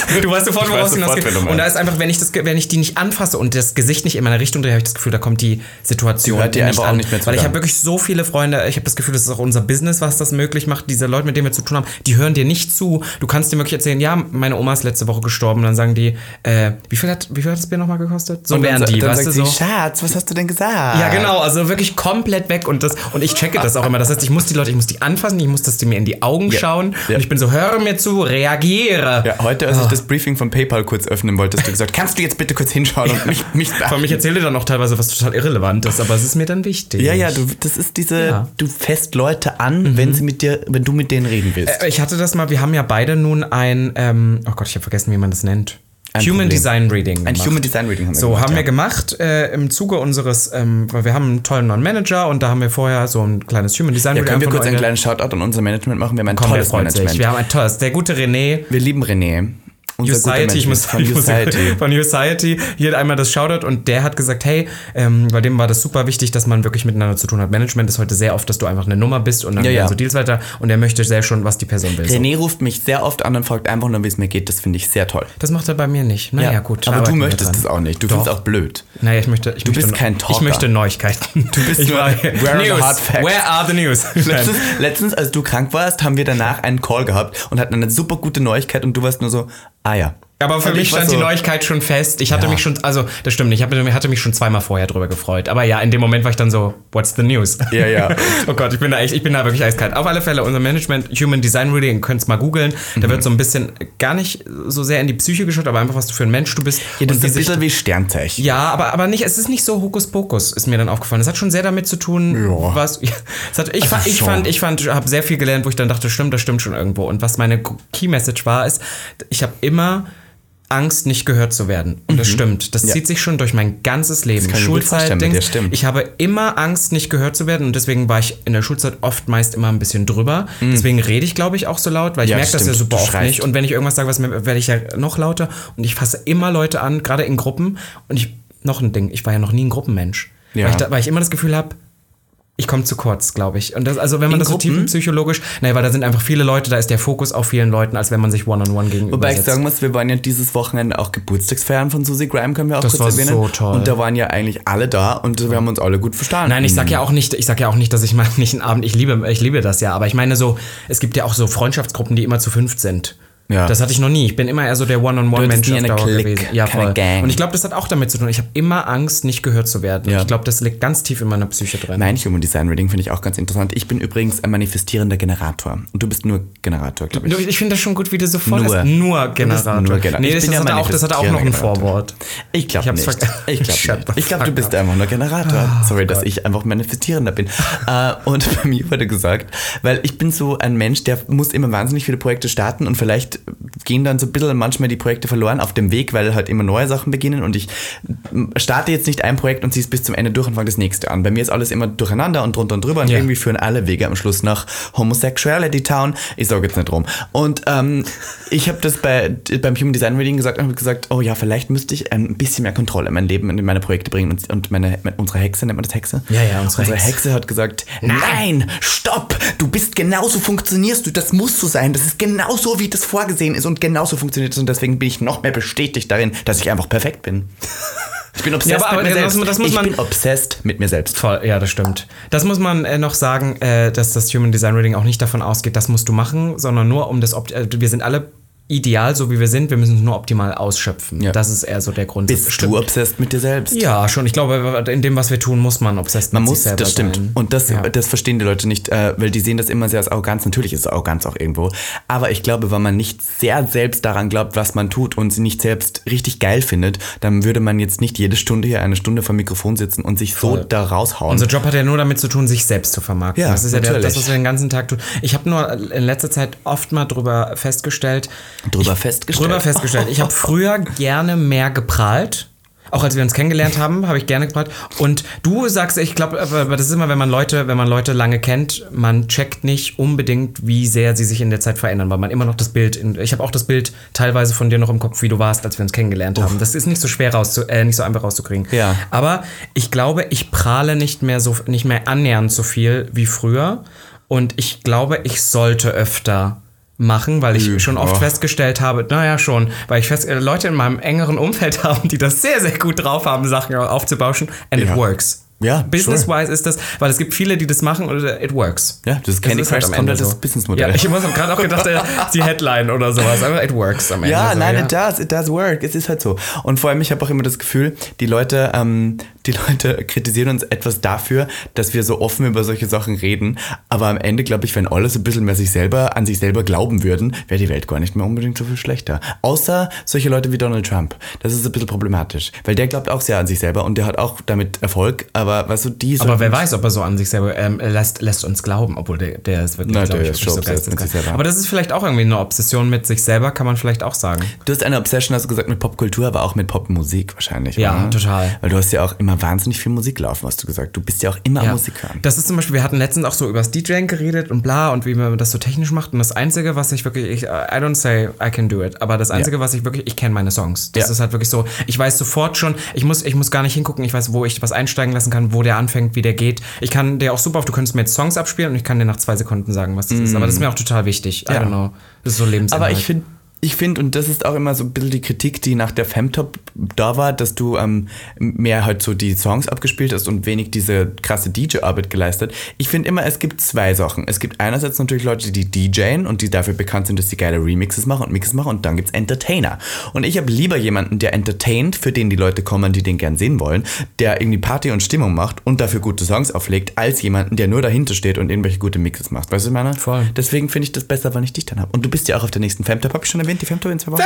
S2: Grime.
S1: Du weißt sofort,
S2: Ich
S1: woraus
S2: weiß
S1: hinaus
S2: sofort,
S1: geht.
S2: wen du
S1: Und da
S2: meinst.
S1: ist einfach, wenn ich, das, Ge- wenn ich die nicht anfasse und das Gesicht nicht in meine Richtung drehe, habe ich das Gefühl, da kommt die Situation
S2: Gehört dir
S1: nicht
S2: einfach auch
S1: an.
S2: nicht mehr zu
S1: Weil ich
S2: dann.
S1: habe wirklich so viele Freunde, ich habe das Gefühl, das ist auch unser Business, was das möglich macht. Diese Leute, mit denen wir zu tun haben, die hören dir nicht zu. Du kannst dir wirklich erzählen, ja, meine Oma ist letzte Woche gestorben. Dann sagen die, äh, wie, viel hat, wie viel hat das Bier nochmal gekostet? So
S2: und
S1: wären
S2: dann,
S1: die,
S2: dann
S1: weißt du
S2: sagt
S1: so.
S2: sie, Schatz, was hast du denn gesagt?
S1: Ja, genau, also wirklich komplett weg und das und ich checke das auch immer. Das heißt, ich muss die Leute, ich muss die anfassen, ich muss, dass die mir in die Augen
S2: Ja.
S1: schauen
S2: Ja.
S1: und ich bin so, höre mir zu, reagiere.
S2: Ja, heute,
S1: Ah.
S2: als ich das Briefing von PayPal kurz öffnen wollte, hast du gesagt, kannst du jetzt bitte kurz hinschauen und mich, mich
S1: Vor allem, ich erzähle dann auch teilweise was total irrelevant ist, aber es ist mir dann wichtig.
S2: Ja, ja, du, das ist diese,
S1: Ja. Mhm.
S2: du fässt Leute an, wenn sie mit dir, wenn du mit denen reden willst.
S1: Äh, Ich hatte das mal, wir haben ja beide nun ein, ähm, oh Gott, ich habe vergessen, wie man das nennt.
S2: Ein
S1: Human
S2: Problem.
S1: Design Reading.
S2: Ein
S1: gemacht.
S2: Human Design Reading haben wir
S1: So,
S2: gemacht,
S1: haben
S2: ja.
S1: wir gemacht äh, im Zuge unseres, ähm, weil wir haben einen tollen Non-Manager und da haben wir vorher so ein kleines Human Design
S2: ja, können wir
S1: einfach
S2: kurz
S1: nur
S2: einen
S1: eine-
S2: kleinen Shoutout an unser Management machen? Wir haben ein
S1: Komm, der
S2: tolles
S1: freut sich.
S2: Management.
S1: Wir haben ein tolles, der gute René,
S2: Wir lieben René. unser guter
S1: Society, ich
S2: Mensch
S1: muss,
S2: von
S1: ich muss
S2: Society.
S1: von Society hier einmal das Shoutout und der hat gesagt, hey, ähm, bei dem war das super wichtig, dass man wirklich miteinander zu tun hat. Management ist heute sehr oft, dass du einfach eine Nummer bist und dann
S2: Ja,
S1: werden
S2: ja.
S1: so Deals weiter und er möchte sehr schon, was die Person will. So.
S2: René ruft mich sehr oft an und fragt einfach nur, wie es mir geht. Das finde ich sehr toll.
S1: Das macht er bei mir nicht. Naja, ja, gut.
S2: Aber du
S1: arbeiten wir
S2: möchtest
S1: dran.
S2: das auch nicht. Du findest auch blöd.
S1: Naja, ich möchte. Ich du möchte
S2: bist kein
S1: Ich
S2: Talker.
S1: möchte Neuigkeiten. Du
S2: bist
S1: ich
S2: nur-
S1: war-
S2: Where are the
S1: News.
S2: hard facts?
S1: Where are the news?
S2: Letztens, letztens, als du krank warst, haben wir danach einen Call gehabt und hatten eine super gute Neuigkeit und du warst nur so, ah ja.
S1: Aber für
S2: Und ich
S1: mich
S2: war
S1: stand die
S2: so-
S1: Neuigkeit schon fest. Ich hatte mich schon, also das stimmt nicht, ich hatte, hatte mich schon zweimal vorher drüber gefreut. Aber ja, in dem Moment war ich dann so, what's the news?
S2: Ja, ja.
S1: oh Gott, ich bin da echt, ich bin da wirklich eiskalt. Auf alle Fälle, unser Management, Human Design Reading, könnt's mal googeln.
S2: Mhm.
S1: Da wird so ein bisschen gar nicht so sehr in die Psyche geschaut, aber einfach, was du für ein Mensch du bist.
S2: Ja, das
S1: und
S2: ist
S1: wie
S2: ein
S1: sich
S2: bisschen wie Sternzeichen.
S1: Ja, aber, aber nicht, es ist nicht so Hokuspokus, ist mir dann aufgefallen. Es hat schon sehr damit zu tun,
S2: Ja. Also
S1: was. Es hat, ich, fa ich
S2: schon.
S1: fand, ich fand, habe sehr viel gelernt, wo ich dann dachte, stimmt, das stimmt schon irgendwo. Und was meine Key Message war, ist, ich habe immer Angst, nicht gehört zu werden. Und das stimmt. Das
S2: Mhm. Ja.
S1: zieht sich schon durch mein ganzes Leben.
S2: kann ich mir gut
S1: Schulzeit,
S2: vorstellen mit
S1: Dings.
S2: dir, stimmt.
S1: ich habe immer Angst, nicht gehört zu werden. Und deswegen war ich in der Schulzeit oft meist immer ein bisschen drüber. Deswegen rede ich, glaube ich, auch so laut, weil ich
S2: Mhm. Ja,
S1: merke das ja
S2: stimmt.
S1: super
S2: Du
S1: oft
S2: schreist.
S1: nicht. Und wenn ich irgendwas sage, was mir, werde ich ja noch lauter. Und ich fasse immer Leute an, gerade in Gruppen. Und ich, noch ein Ding, ich war ja noch nie ein Gruppenmensch.
S2: Ja.
S1: Weil, ich da, weil ich immer das Gefühl habe, ich komme zu kurz, glaube ich. Und das, also wenn man
S2: In
S1: das so
S2: Gruppen?
S1: tiefenpsychologisch, naja, weil da sind einfach viele Leute, da ist der Fokus auf vielen Leuten, als wenn man sich one-on-one gegenüber
S2: Wobei ich
S1: sitzt.
S2: sagen muss, wir waren ja dieses Wochenende auch Geburtstagsfeiern von Susie Graham, können wir auch
S1: Das
S2: kurz
S1: war
S2: erwähnen.
S1: so toll.
S2: Und da waren ja eigentlich alle da und wir haben uns alle gut verstanden.
S1: Nein, ich sag ja auch nicht, ich sag ja auch nicht, dass ich mal nicht einen Abend, ich liebe, ich liebe das ja, aber ich meine so, es gibt ja auch so Freundschaftsgruppen, die immer zu fünf sind.
S2: Ja.
S1: Das hatte ich noch nie. Ich bin immer eher so der One-on-One-Mensch
S2: Du hattest nie
S1: auf
S2: eine
S1: Dauer
S2: Clique,
S1: gewesen. Ja,
S2: keine
S1: voll.
S2: Gang.
S1: Und ich glaube, das hat auch damit zu tun. Ich habe immer Angst, nicht gehört zu werden.
S2: Ja.
S1: Ich glaube, das liegt ganz tief in meiner Psyche drin.
S2: Nein, Human Design Reading finde ich auch ganz interessant. Ich bin übrigens ein manifestierender Generator. Und du bist nur Generator, glaube ich.
S1: Du, Ich finde das schon gut, wie du so voll
S2: Nur.
S1: hast. Nur Generator.
S2: nur Generator.
S1: Nee,
S2: Ich
S1: das,
S2: bin ja
S1: hat auch, das hat auch noch ein
S2: manifestierender
S1: Vorwort.
S2: Ich glaube
S1: Ich hab's
S2: nicht.
S1: verge-
S2: Ich glaube
S1: Shut
S2: nicht.
S1: the
S2: Ich glaube, du
S1: fuck
S2: bist
S1: up. Ah,
S2: einfach nur Generator. Sorry, dass ich einfach manifestierender bin. äh, und bei mir wurde gesagt, weil ich bin so ein Mensch, der muss immer wahnsinnig viele Projekte starten und vielleicht gehen dann so ein bisschen manchmal die Projekte verloren auf dem Weg, weil halt immer neue Sachen beginnen und ich m, starte jetzt nicht ein Projekt und ziehe es bis zum Ende durch und fange das nächste an. Bei mir ist alles immer durcheinander und drunter und drüber und
S1: Ja.
S2: irgendwie führen alle Wege am Schluss nach Homosexuality Town. Ich sage jetzt nicht rum. Und ähm, ich habe das bei, beim Human Design Reading gesagt und habe gesagt, oh ja, vielleicht müsste ich ein bisschen mehr Kontrolle in mein Leben und in meine Projekte bringen. Und, und meine, meine, unsere Hexe, nennt man das Hexe?
S1: Ja, ja, unsere
S2: unsere
S1: Hexe.
S2: Hexe. hat gesagt, nein, stopp, du bist genauso funktionierst du, das musst so sein, das ist genauso, wie das vorgesehen ist und genauso funktioniert es und deswegen bin ich noch mehr bestätigt darin, dass ich einfach perfekt bin. Ich bin obsessed
S1: Ja, aber- aber
S2: mit mir
S1: das-
S2: selbst.
S1: das muss
S2: ich
S1: man-
S2: bin obsessed mit mir selbst.
S1: Voll, ja, das stimmt. Das muss man äh, noch sagen, äh, dass das Human Design Reading auch nicht davon ausgeht, das musst du machen, sondern nur um das Opt äh, Wir sind alle ideal, so wie wir sind, wir müssen es nur optimal ausschöpfen.
S2: Ja.
S1: Das ist eher so der Grund.
S2: Bist du obsessed mit dir selbst?
S1: Ja, schon. Ich glaube, in dem, was wir tun, muss man obsessed
S2: Man
S1: mit
S2: muss,
S1: sich selber
S2: das stimmt.
S1: Sein.
S2: Und das,
S1: Ja.
S2: das verstehen die Leute nicht, äh, weil die sehen das immer sehr als Arroganz. Natürlich ist es Arroganz auch irgendwo. Aber ich glaube, wenn man nicht sehr selbst daran glaubt, was man tut und sie nicht selbst richtig geil findet, dann würde man jetzt nicht jede Stunde hier eine Stunde vor dem Mikrofon sitzen und sich so da raushauen.
S1: Unser Job hat ja nur damit zu tun, sich selbst zu vermarkten.
S2: Ja,
S1: das ist ja der,
S2: natürlich.
S1: das, was wir den ganzen Tag tun. Ich habe nur in letzter Zeit oft mal drüber festgestellt.
S2: Drüber
S1: ich,
S2: festgestellt.
S1: Drüber festgestellt. Ich habe früher gerne mehr geprahlt. Auch als wir uns kennengelernt haben, habe ich gerne geprahlt. Und du sagst, ich glaube, aber das ist immer, wenn man Leute, wenn man Leute lange kennt, man checkt nicht unbedingt, wie sehr sie sich in der Zeit verändern, weil man immer noch das Bild, in, ich habe auch das Bild teilweise von dir noch im Kopf, wie du warst, als wir uns kennengelernt haben. Das ist nicht so schwer rauszu, äh, nicht so einfach rauszukriegen.
S2: Ja.
S1: Aber ich glaube, ich prahle nicht mehr so nicht mehr annähernd so viel wie früher und ich glaube, ich sollte öfter machen, weil ich schon oft
S2: ja.
S1: festgestellt habe, naja schon, weil ich fest, äh, Leute in meinem engeren Umfeld haben, die das sehr, sehr gut drauf haben, Sachen aufzubauschen and it
S2: Ja.
S1: works.
S2: Ja,
S1: Business-wise ist das, weil es gibt viele, die das machen und äh, it works.
S2: Ja, das ist Candy
S1: halt
S2: Crush
S1: am Ende
S2: komplettes Businessmodell.
S1: Ja, ich muss gerade auch gedacht, äh, die Headline oder sowas, aber it works am Ende.
S2: Ja,
S1: so,
S2: nein,
S1: also, ja.
S2: it does, it does work. Es ist halt so. Und vor allem, ich habe auch immer das Gefühl, die Leute, ähm, die Leute kritisieren uns etwas dafür, dass wir so offen über solche Sachen reden. Aber am Ende, glaube ich, wenn alle so ein bisschen mehr sich selber, an sich selber glauben würden, wäre die Welt gar nicht mehr unbedingt so viel schlechter. Außer solche Leute wie Donald Trump. Das ist ein bisschen problematisch. Weil der glaubt auch sehr an sich selber und der hat auch damit Erfolg. Aber weißt du, die
S1: Aber wer
S2: sollten-
S1: weiß, ob er so an sich selber ähm, lässt, lässt uns glauben, obwohl der, der ist wirklich,
S2: Na,
S1: glaub ich,
S2: der ist
S1: wirklich
S2: schon obsessiv mit sich
S1: geisteskrank.
S2: selber.
S1: Aber das ist vielleicht auch irgendwie eine Obsession mit sich selber, kann man vielleicht auch sagen.
S2: Du hast eine Obsession, hast du gesagt, mit Popkultur, aber auch mit Popmusik wahrscheinlich.
S1: Ja,
S2: oder?
S1: total.
S2: Weil du hast ja auch immer immer wahnsinnig viel Musik laufen, hast du gesagt. Du bist ja auch immer am
S1: Ja.
S2: Musik hören.
S1: Das ist zum Beispiel, wir hatten letztens auch so über das DJing geredet und bla und wie man das so technisch macht. Und das Einzige, was ich wirklich, ich, äh, I don't say I can do it, aber das Einzige, was ich wirklich, ich kenne meine Songs. Das
S2: Ja.
S1: ist halt wirklich so, ich weiß sofort schon, ich muss, ich muss gar nicht hingucken, ich weiß, wo ich was einsteigen lassen kann, wo der anfängt, wie der geht. Ich kann dir auch super, du könntest mir jetzt Songs abspielen und ich kann dir nach zwei Sekunden sagen, was das ist. Aber das ist mir auch total wichtig. I
S2: Mm. Ja.
S1: don't know. Das ist so Lebensinhalt.
S2: Aber ich finde, ich finde, und das ist auch immer so ein bisschen die Kritik, die nach der Femtop da war, dass du ähm, mehr halt so die Songs abgespielt hast und wenig diese krasse DJ-Arbeit geleistet. Ich finde immer, es gibt zwei Sachen. Es gibt einerseits natürlich Leute, die DJen und die dafür bekannt sind, dass sie geile Remixes machen und Mixes machen und dann gibt's Entertainer. Und ich habe lieber jemanden, der entertaint, für den die Leute kommen, die den gern sehen wollen, der irgendwie Party und Stimmung macht und dafür gute Songs auflegt, als jemanden, der nur dahinter steht und irgendwelche gute Mixes macht. Weißt du, was ich meine?
S1: Voll.
S2: Deswegen finde ich das besser, wenn ich dich dann habe. Und du bist ja auch auf der nächsten Femtop. Habe ich schon erwähnt, die Femtop in zwei Wochen?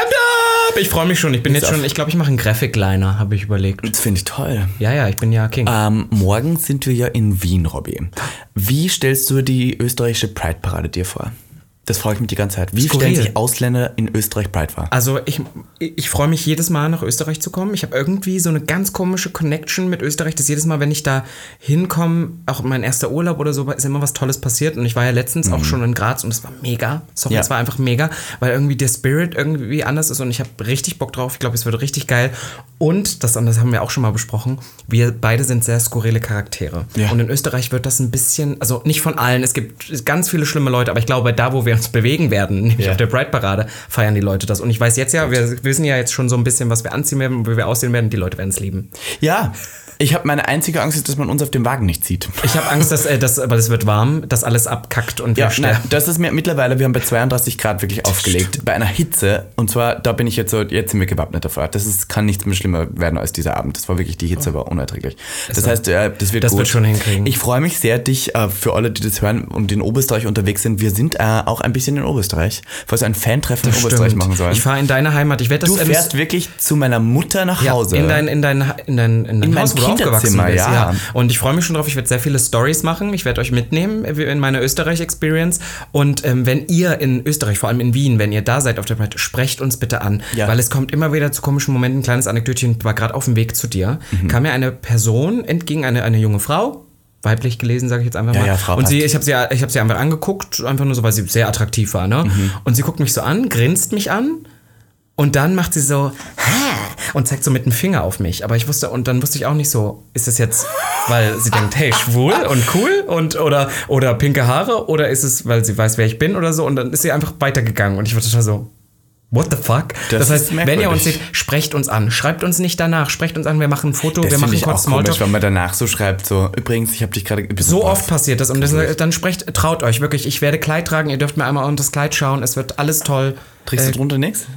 S1: Ich freue mich schon. Ich bin jetzt
S2: auf.
S1: schon, ich glaube, ich mache einen Graphic-Liner, habe ich überlegt.
S2: Das finde ich toll.
S1: Ja, ja, ich bin ja King.
S2: Ähm, morgen sind wir ja in Wien, Robby. Wie stellst du die österreichische Pride-Parade dir vor? Das frage ich mich die ganze Zeit. Wie
S1: Skurril.
S2: stellen sich Ausländer in Österreich Pride vor?
S1: Also ich, ich freue mich jedes Mal nach Österreich zu kommen. Ich habe irgendwie so eine ganz komische Connection mit Österreich, dass jedes Mal, wenn ich da hinkomme, auch mein erster Urlaub oder so, ist immer was Tolles passiert. Und ich war ja letztens auch schon in Graz und es war mega. Sorry,
S2: Mhm. Ja.
S1: es war einfach mega, weil irgendwie der Spirit irgendwie anders ist und ich habe richtig Bock drauf. Ich glaube, es wird richtig geil. Und, das, und das haben wir auch schon mal besprochen, wir beide sind sehr skurrile Charaktere.
S2: Ja.
S1: Und in Österreich wird das ein bisschen, also nicht von allen, es gibt ganz viele schlimme Leute, aber ich glaube, da, wo wir uns bewegen werden, nämlich
S2: Ja.
S1: auf der Pride-Parade, feiern die Leute das. Und ich weiß jetzt ja, wir wissen ja jetzt schon so ein bisschen, was wir anziehen werden, wie wir aussehen werden. Die Leute werden es lieben.
S2: Ja, ich habe meine einzige Angst ist, dass man uns auf dem Wagen nicht sieht.
S1: Ich habe Angst, dass, äh, das, aber das wird warm, dass alles abkackt und
S2: Ja,
S1: wir
S2: nein,
S1: sterben.
S2: das ist mir mittlerweile, wir haben bei 32 Grad wirklich aufgelegt, bei einer Hitze. Und zwar, da bin ich jetzt so, jetzt sind wir gewappnet davor. Das ist, kann nichts mehr schlimmer werden als dieser Abend. Das war wirklich, die Hitze war unerträglich. Das heißt, äh, das
S1: Oh.
S2: wird
S1: Das
S2: gut.
S1: wird schon hinkriegen.
S2: Ich freue mich sehr, dich, äh, für alle, die das hören und in Oberösterreich unterwegs sind, wir sind äh, auch ein bisschen in Oberösterreich, falls wir ein Fantreffen in Oberösterreich machen sollen.
S1: Ich fahre in deine Heimat. Ich werde das
S2: du
S1: ähm,
S2: fährst wirklich zu meiner Mutter nach
S1: ja,
S2: Hause.
S1: in dein, in dein, in dein, in dein
S2: In mein
S1: Haus, wo du aufgewachsen
S2: Kinderzimmer,
S1: bist.
S2: ja.
S1: Und ich freue mich schon drauf. Ich werde sehr viele Stories machen. Ich werde euch mitnehmen äh, in meine Österreich-Experience. Und ähm, wenn ihr in Österreich, vor allem in Wien, wenn ihr da seid auf der Platte, sprecht uns bitte an.
S2: Ja.
S1: Weil es kommt immer wieder zu komischen Momenten. Ein kleines Anekdötchen war gerade auf dem Weg zu dir.
S2: Mhm.
S1: Kam mir eine Person entgegen, eine, eine junge Frau. Weiblich gelesen, sage ich jetzt einfach
S2: Ja,
S1: mal.
S2: ja, Frau
S1: und sie,
S2: passt.
S1: ich habe sie, ich hab sie einfach angeguckt, einfach nur so, weil sie sehr attraktiv war. Ne?
S2: Mhm.
S1: Und sie guckt mich so an, grinst mich an und dann macht sie so "Hä?" und zeigt so mit dem Finger auf mich. Aber ich wusste und dann wusste ich auch nicht so, ist das jetzt, weil sie denkt, hey, schwul und cool und oder oder pinke Haare oder ist es, weil sie weiß, wer ich bin oder so. Und dann ist sie einfach weitergegangen und ich war total so. What the fuck?
S2: Das
S1: Das,
S2: ist
S1: heißt, wenn ihr
S2: merkwürdig.
S1: uns seht, sprecht uns an. Schreibt uns nicht danach. Sprecht uns an. Wir machen ein Foto.
S2: das
S1: wir
S2: finde
S1: machen
S2: ich
S1: kurz
S2: auch komisch,
S1: Smalltalk.
S2: wenn man danach so schreibt, so, übrigens, ich habe dich gerade...
S1: So oft passiert das. Und das, dann sprecht, traut euch wirklich. Ich werde Kleid tragen. Ihr dürft mir einmal unter das Kleid schauen. Es wird alles toll.
S2: Trägst
S1: Äh,
S2: du drunter nichts?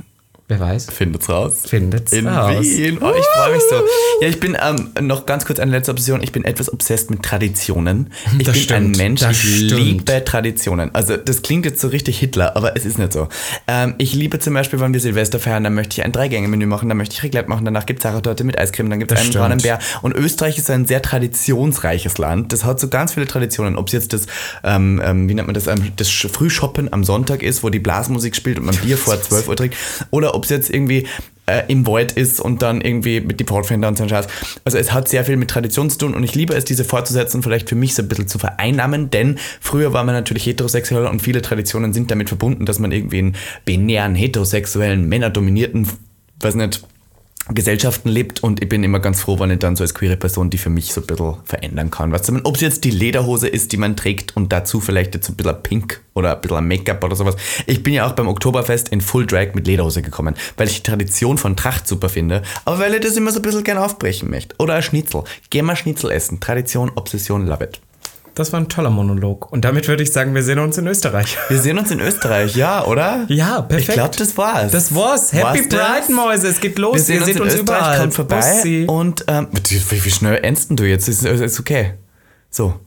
S1: wer weiß?
S2: Findet's raus.
S1: Findet's
S2: In
S1: raus.
S2: Wien. Oh, ich freue mich so. Ja, ich bin ähm, noch ganz kurz eine letzte Obsession. Ich bin etwas obsessed mit Traditionen. Ich
S1: Hm, Das
S2: bin ein
S1: stimmt.
S2: Mensch,
S1: Das
S2: ich
S1: stimmt.
S2: liebe Traditionen. Also das klingt jetzt so richtig Hitler, aber es ist nicht so. Ähm, ich liebe zum Beispiel, wenn wir Silvester feiern, dann möchte ich ein Dreigänge-Menü machen, dann möchte ich Raclette machen, danach gibt's Sachertorte mit Eiscreme, dann gibt's
S1: Das
S2: einen
S1: stimmt.
S2: braunen Bär. Und Österreich ist ein sehr traditionsreiches Land. Das hat so ganz viele Traditionen. Ob es jetzt das, ähm, ähm, wie nennt man das, ähm, das Sch- Frühshoppen am Sonntag ist, wo die Blasmusik spielt und man Bier vor 12 Uhr trinkt. Oder ob es jetzt irgendwie äh, im Void ist und dann irgendwie mit die Portfender und so ein Scheiß. Also es hat sehr viel mit Tradition zu tun und ich liebe es, diese fortzusetzen und vielleicht für mich so ein bisschen zu vereinnahmen, denn früher war man natürlich heterosexuell und viele Traditionen sind damit verbunden, dass man irgendwie in binären, heterosexuellen, männerdominierten, weiß nicht, Gesellschaften lebt und ich bin immer ganz froh, wenn ich dann so als queere Person die für mich so ein bisschen verändern kann. Weißt du, ob es jetzt die Lederhose ist, die man trägt und dazu vielleicht jetzt ein bisschen Pink oder ein bisschen Make-up oder sowas. Ich bin ja auch beim Oktoberfest in Full Drag mit Lederhose gekommen, weil ich die Tradition von Tracht super finde, aber weil ich das immer so ein bisschen gern aufbrechen möchte. Oder ein Schnitzel. Geh mal Schnitzel essen. Tradition, Obsession, love it.
S1: Das war ein toller Monolog. Und damit würde ich sagen, wir sehen uns in Österreich.
S2: Wir sehen uns in Österreich, ja, oder?
S1: Ja, perfekt.
S2: Ich glaube, das war's.
S1: Das war's. Happy
S2: War's das?
S1: Pride, Mäuse. Es geht los.
S2: Wir sehen
S1: Ihr
S2: uns
S1: seht
S2: in
S1: uns
S2: Österreich,
S1: überall.
S2: kommt vorbei.
S1: Bussi.
S2: Und ähm, wie, wie schnell endest du jetzt? Ist, ist okay. So,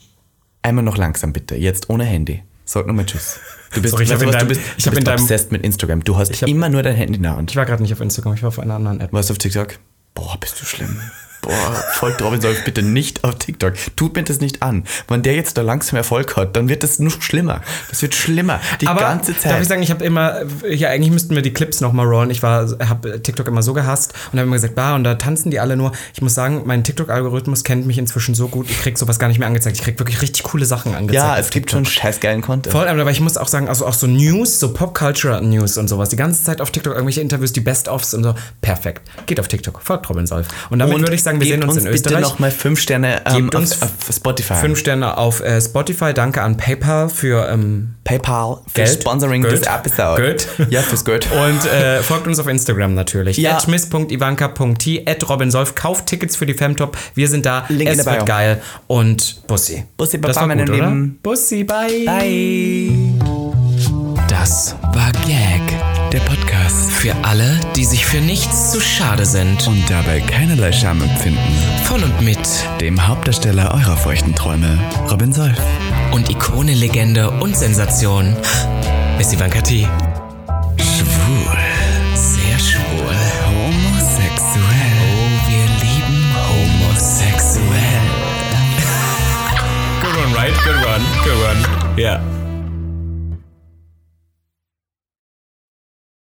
S2: einmal noch langsam bitte. Jetzt ohne Handy. Sag nochmal Tschüss. Du bist,
S1: Sorry, ich
S2: weißt
S1: hab in
S2: du was,
S1: deinem-
S2: du bist,
S1: ich
S2: du
S1: hab in
S2: bist
S1: deinem-
S2: obsessed mit Instagram. Du hast
S1: hab-
S2: immer nur dein Handy in der Hand.
S1: Ich war gerade nicht auf Instagram, ich war auf einer anderen App.
S2: Warst du auf TikTok? Boah, bist du schlimm. boah, folgt Robin Solf bitte nicht auf TikTok. Tut mir das nicht an. Wenn der jetzt da langsam Erfolg hat, dann wird das nur schlimmer. Das wird schlimmer. Die
S1: aber
S2: ganze Zeit.
S1: darf ich sagen, ich habe immer, ja eigentlich müssten wir die Clips nochmal rollen. Ich war, habe TikTok immer so gehasst und habe immer gesagt, bah, und da tanzen die alle nur. Ich muss sagen, mein TikTok-Algorithmus kennt mich inzwischen so gut, ich krieg sowas gar nicht mehr angezeigt. Ich krieg wirklich richtig coole Sachen angezeigt.
S2: ja,
S1: auf
S2: es gibt
S1: TikTok.
S2: schon scheißgeilen Content.
S1: Voll, aber ich muss auch sagen, also auch so News, so Pop-Culture-News und sowas, die ganze Zeit auf TikTok irgendwelche Interviews, die Best-ofs und so, perfekt. Geht auf TikTok, folgt Robin Solf. Und damit
S2: Und
S1: würde ich sagen, wir
S2: gebt
S1: sehen uns, in
S2: bitte
S1: Österreich.
S2: nochmal fünf Sterne ähm,
S1: Gebt uns
S2: auf, auf Spotify.
S1: Fünf Sterne auf äh, Spotify, danke an PayPal für ähm,
S2: PayPal für
S1: Geld.
S2: Sponsoring
S1: Geld.
S2: this episode.
S1: Geld.
S2: Ja, fürs Geld.
S1: Und äh, folgt uns auf Instagram natürlich.
S2: Ja.
S1: Ja. miss.ivanka.t, at Robin Solf. Kauft Tickets für die Femtop. Wir sind da.
S2: Link in
S1: es
S2: der Bio.
S1: wird geil. Und Bussi.
S2: Bussi,
S1: das
S2: Baba,
S1: war
S2: meine
S1: gut, oder?
S2: Lieben.
S1: Bussi, bye.
S2: Bye.
S1: Das war Gag.
S2: Der Podcast.
S1: Für alle, die sich für nichts zu schade sind.
S2: Und dabei keinerlei Scham empfinden.
S1: Von und mit.
S2: Dem Hauptdarsteller eurer feuchten Träume, Robin Solf.
S1: Und Ikone, Legende und Sensation. Miss Ivanka T.
S2: Schwul.
S1: Sehr schwul.
S2: Homosexuell.
S1: Oh, wir lieben homosexuell.
S2: Good one, right? Good one. Good one. Yeah.